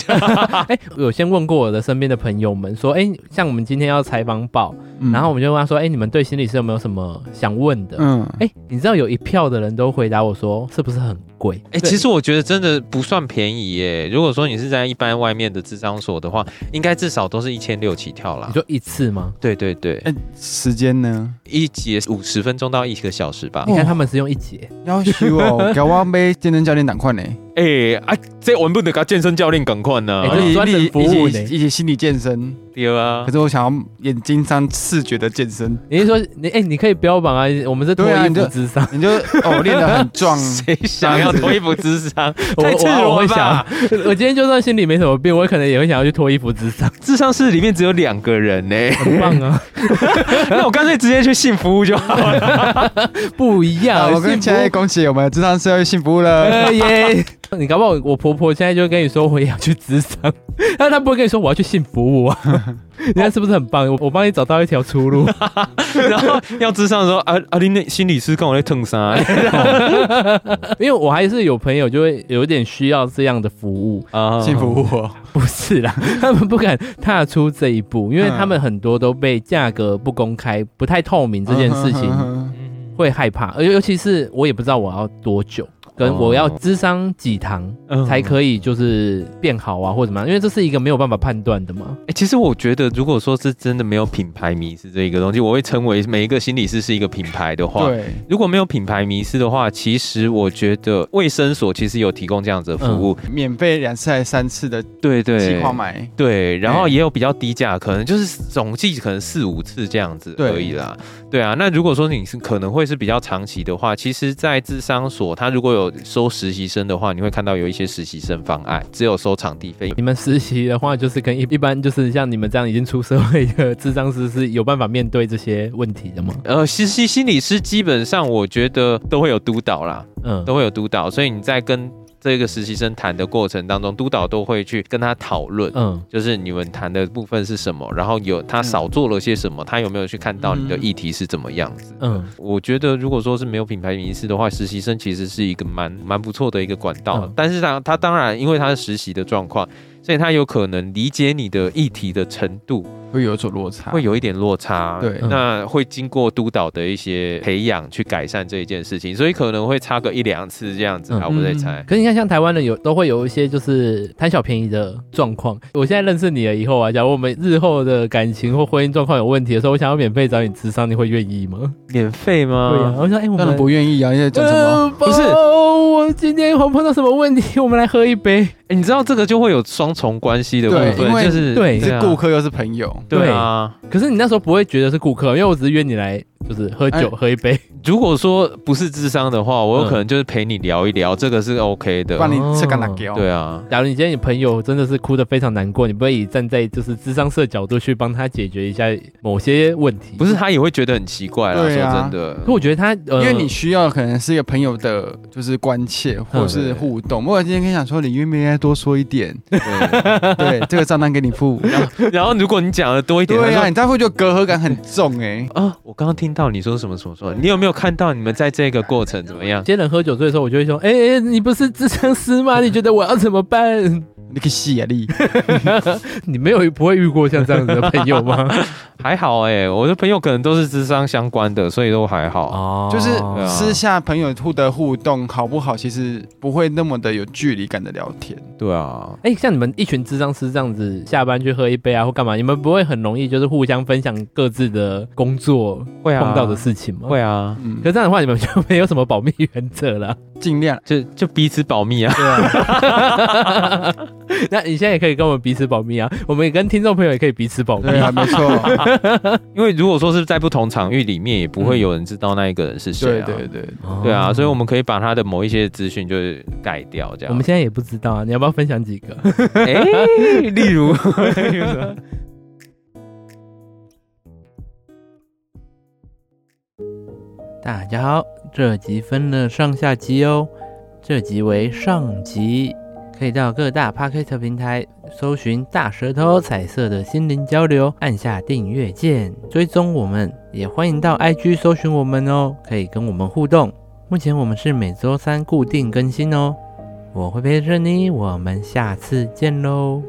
[SPEAKER 3] 哎，我有先问过我的身边的朋友们说，哎，像我们今天要采访宝，
[SPEAKER 2] 嗯
[SPEAKER 3] 然后我们就问他说，哎，你们对心理师有没有什么想问的？
[SPEAKER 2] 嗯，
[SPEAKER 3] 哎、你知道有一票的人都回答我说是不是很贵？
[SPEAKER 1] 哎、其实我觉得真的不算便宜耶。如果说你是在一般外面的智商所的话，应该至少都是一千六起跳啦
[SPEAKER 3] 你。说一次吗？
[SPEAKER 1] 对对对，
[SPEAKER 2] 哎，时间呢？
[SPEAKER 1] 一节五十分钟到一个小时吧
[SPEAKER 3] 你。看
[SPEAKER 2] 哦
[SPEAKER 3] 他们是用一节，
[SPEAKER 2] 要修 哦，给我买健身教练赶快呢，
[SPEAKER 1] 哎、啊，这文不能跟健身教练赶快呢
[SPEAKER 3] 哎这是专人服务呢哦
[SPEAKER 2] 一起一起心理健身。
[SPEAKER 1] 对 啊，
[SPEAKER 2] 可，是我想要眼睛上视觉的健身，
[SPEAKER 3] 你是说你哎、你可以标榜啊，我们是脱
[SPEAKER 2] 对啊
[SPEAKER 3] 衣
[SPEAKER 2] 你
[SPEAKER 3] 服
[SPEAKER 2] 就
[SPEAKER 3] 智商，
[SPEAKER 2] 你就哦练得很壮
[SPEAKER 1] 谁想要脱衣服智商？哦
[SPEAKER 3] 我
[SPEAKER 1] 太赤
[SPEAKER 3] 我我
[SPEAKER 1] 裸
[SPEAKER 3] 会
[SPEAKER 1] 了
[SPEAKER 3] 想
[SPEAKER 1] 吧！，
[SPEAKER 3] 我今天就算心里没什么病，我可能也会想要去脱衣服智商，
[SPEAKER 1] 智商室里面只有两个人呢、
[SPEAKER 3] 很棒 啊，
[SPEAKER 1] 那我干脆直接去性服务就好了。
[SPEAKER 3] 不一
[SPEAKER 2] 啊
[SPEAKER 3] 样，
[SPEAKER 2] 我跟
[SPEAKER 3] 幸
[SPEAKER 2] 前
[SPEAKER 3] 福
[SPEAKER 2] 爱恭喜我们智商社会幸福了。
[SPEAKER 3] 呃耶！ 你搞不好我婆婆现在就跟你说我也要去智商， 但她不会跟你说我 要去性服务啊。你看是不是很棒？我我帮你找到一条 出路。
[SPEAKER 1] 然后要智商的时候，啊啊，你那心理师跟我在蹭啥？
[SPEAKER 3] 因为我还是有朋友就会有点需要这样的服务，
[SPEAKER 1] 啊
[SPEAKER 2] 幸福我，
[SPEAKER 3] 不是啦， 他们不敢踏出这一步，因为他们很多都被价格不公开、不太透明这件事情
[SPEAKER 2] 嗯
[SPEAKER 3] 会害怕，而尤其是我也不知道我要多久，
[SPEAKER 2] 哦
[SPEAKER 3] 跟我要智商几堂
[SPEAKER 1] 嗯
[SPEAKER 3] 才可以就是变好啊，或怎么样，因为这是一个没有办法判断的嘛。
[SPEAKER 1] 哎、其实我觉得，如果说是真的没有品牌迷失这一个东西，我会称为每一个心理师是一个品牌的话。
[SPEAKER 2] 对，
[SPEAKER 1] 如果没有品牌迷失的话，其实我觉得卫生所其实有提供这样子的服务，
[SPEAKER 2] 免费两次还是三次的
[SPEAKER 3] 嗯
[SPEAKER 1] 对
[SPEAKER 2] 计
[SPEAKER 1] 对
[SPEAKER 2] 划买，
[SPEAKER 1] 对，然后
[SPEAKER 2] 哎
[SPEAKER 1] 也有比较低价，可能就是总计可能四五次这样子
[SPEAKER 2] 对
[SPEAKER 1] 而已啦。对啊，那如果说你是可能会是比较长期的话，其实，在智商所它如果有收实习生的话，你会看到有一些实习生方案只有收场地费，
[SPEAKER 3] 你们实习的话，就是跟一一般就是像你们这样已经出社会的智商师是有办法面对这些问题的吗？
[SPEAKER 1] 呃，实习心理师基本上我觉得都会有督导啦，
[SPEAKER 3] 嗯，
[SPEAKER 1] 都会有督导，所以你在跟这个实习生谈的过程当中，督导都会去跟他讨论。
[SPEAKER 3] 嗯
[SPEAKER 1] 就是你们谈的部分是什么，然后有他少做了些什么，他有没有去看到你的议题是怎么样子？
[SPEAKER 3] 嗯。
[SPEAKER 1] 我觉得如果说是没有品牌名师的话，实习生其实是一个蛮蛮不错的一个管道。
[SPEAKER 3] 嗯
[SPEAKER 1] 但是他他当然因为他是实习的状况，所以他有可能理解你的议题的程度
[SPEAKER 2] 会有所落差，
[SPEAKER 1] 会有一点落差，
[SPEAKER 2] 嗯对嗯
[SPEAKER 1] 那会经过督导的一些培养去改善这一件事情，所以可能会差个一两次这样子啊，
[SPEAKER 3] 嗯
[SPEAKER 1] 我在猜。
[SPEAKER 3] 可是你看，像台湾的有都会有一些就是贪小便宜的状况。我现在认识你了以后啊，假如我们日后的感情或婚姻状况有问题的时候，我想要免费找你智商，你会愿意吗？
[SPEAKER 1] 免费吗？
[SPEAKER 3] 对呀、我想，哎、我
[SPEAKER 2] 当
[SPEAKER 3] 们
[SPEAKER 2] 然不愿意啊，因为讲什么？
[SPEAKER 3] 呃
[SPEAKER 1] 不是
[SPEAKER 3] 我今天我碰到什么问题，我们来喝一杯。
[SPEAKER 1] 欸你知道这个就会有双重关系的部
[SPEAKER 2] 对因
[SPEAKER 1] 分，
[SPEAKER 2] 为
[SPEAKER 1] 就是
[SPEAKER 3] 对
[SPEAKER 2] 你
[SPEAKER 1] 对
[SPEAKER 2] 是
[SPEAKER 1] 啊
[SPEAKER 2] 顾客又是朋友，
[SPEAKER 1] 对啊。
[SPEAKER 3] 可是你那时候不会觉得是顾客，因为我只是约你来就是喝酒、
[SPEAKER 2] 哎
[SPEAKER 3] 喝一杯。
[SPEAKER 1] 如果说不是智商的话，我有
[SPEAKER 3] 嗯
[SPEAKER 1] 可能就是陪你聊一聊，这个是 OK 的。
[SPEAKER 2] 不然你
[SPEAKER 3] 哦
[SPEAKER 2] 吃干哪给
[SPEAKER 1] 对啊，
[SPEAKER 3] 假如你今天你朋友真的是哭得非常难过，你不会以站在就是智商社角度去帮他解决一下某些问题？
[SPEAKER 1] 不是，他也会觉得很奇怪啦。
[SPEAKER 2] 对啊
[SPEAKER 1] 说真的，
[SPEAKER 3] 可我觉得他，呃、
[SPEAKER 2] 因为你需要可能是一个朋友的，就是关切或是互动。我今天跟你讲说，你愿不愿意多说一点？
[SPEAKER 1] 对
[SPEAKER 2] 对，这个账单给你付。
[SPEAKER 1] 然后如果你讲的多一点，
[SPEAKER 2] 对
[SPEAKER 1] 他
[SPEAKER 2] 啊，
[SPEAKER 1] 说
[SPEAKER 2] 你这样会觉得隔阂感很重哎、
[SPEAKER 1] 啊，我刚刚听到你说什么什么什么，你有没有看到你们在这个过程怎么样
[SPEAKER 3] 有？些人喝酒醉的时候，我就会说：“哎、哎、你不是智商师吗？你觉得我要怎么办
[SPEAKER 2] 你可以吸眼力。？”
[SPEAKER 3] 你没有不会遇过像这样子的朋友吗？
[SPEAKER 1] 还好哎、我的朋友可能都是智商相关的，所以都还好。
[SPEAKER 3] 哦
[SPEAKER 2] 就是
[SPEAKER 1] 啊
[SPEAKER 2] 私下朋友互的互动好不好，其实不会那么的有距离感的聊天。
[SPEAKER 1] 对啊，
[SPEAKER 3] 哎、像你们一群智障师这样子，下班去喝一杯啊，或干嘛，你们不会很容易就是互相分享各自的工作
[SPEAKER 1] 会啊，
[SPEAKER 3] 碰到的事情吗？
[SPEAKER 1] 会啊，
[SPEAKER 2] 嗯
[SPEAKER 3] 可，是这样的话，你们就没有什么保密原则了。
[SPEAKER 2] 尽量
[SPEAKER 1] 就就彼此保密啊。
[SPEAKER 2] 对啊，
[SPEAKER 3] 那你现在也可以跟我们彼此保密啊，我们也跟听众朋友也可以彼此保密。
[SPEAKER 2] 对啊，没错，
[SPEAKER 1] 因为如果说是在不同场域里面，也不会有人知道那一个人是谁
[SPEAKER 2] 对
[SPEAKER 1] 啊。
[SPEAKER 2] 对对，
[SPEAKER 3] 哦
[SPEAKER 1] 嗯对啊，所以我们可以把他的某一些资讯就是盖掉，这样。
[SPEAKER 3] 我们现在也不知道啊，你要不要分享几个？
[SPEAKER 1] 哎、 例如，
[SPEAKER 3] 大家好，这集分了上下集哦，这集为上集，可以到各大 p o c k e t 平台搜寻“大舌头彩色的心灵交流”，按下订阅键追踪我们，也欢迎到 IG 搜寻我们哦，可以跟我们互动。目前我们是每周三固定更新哦，我会陪着你，我们下次见喽。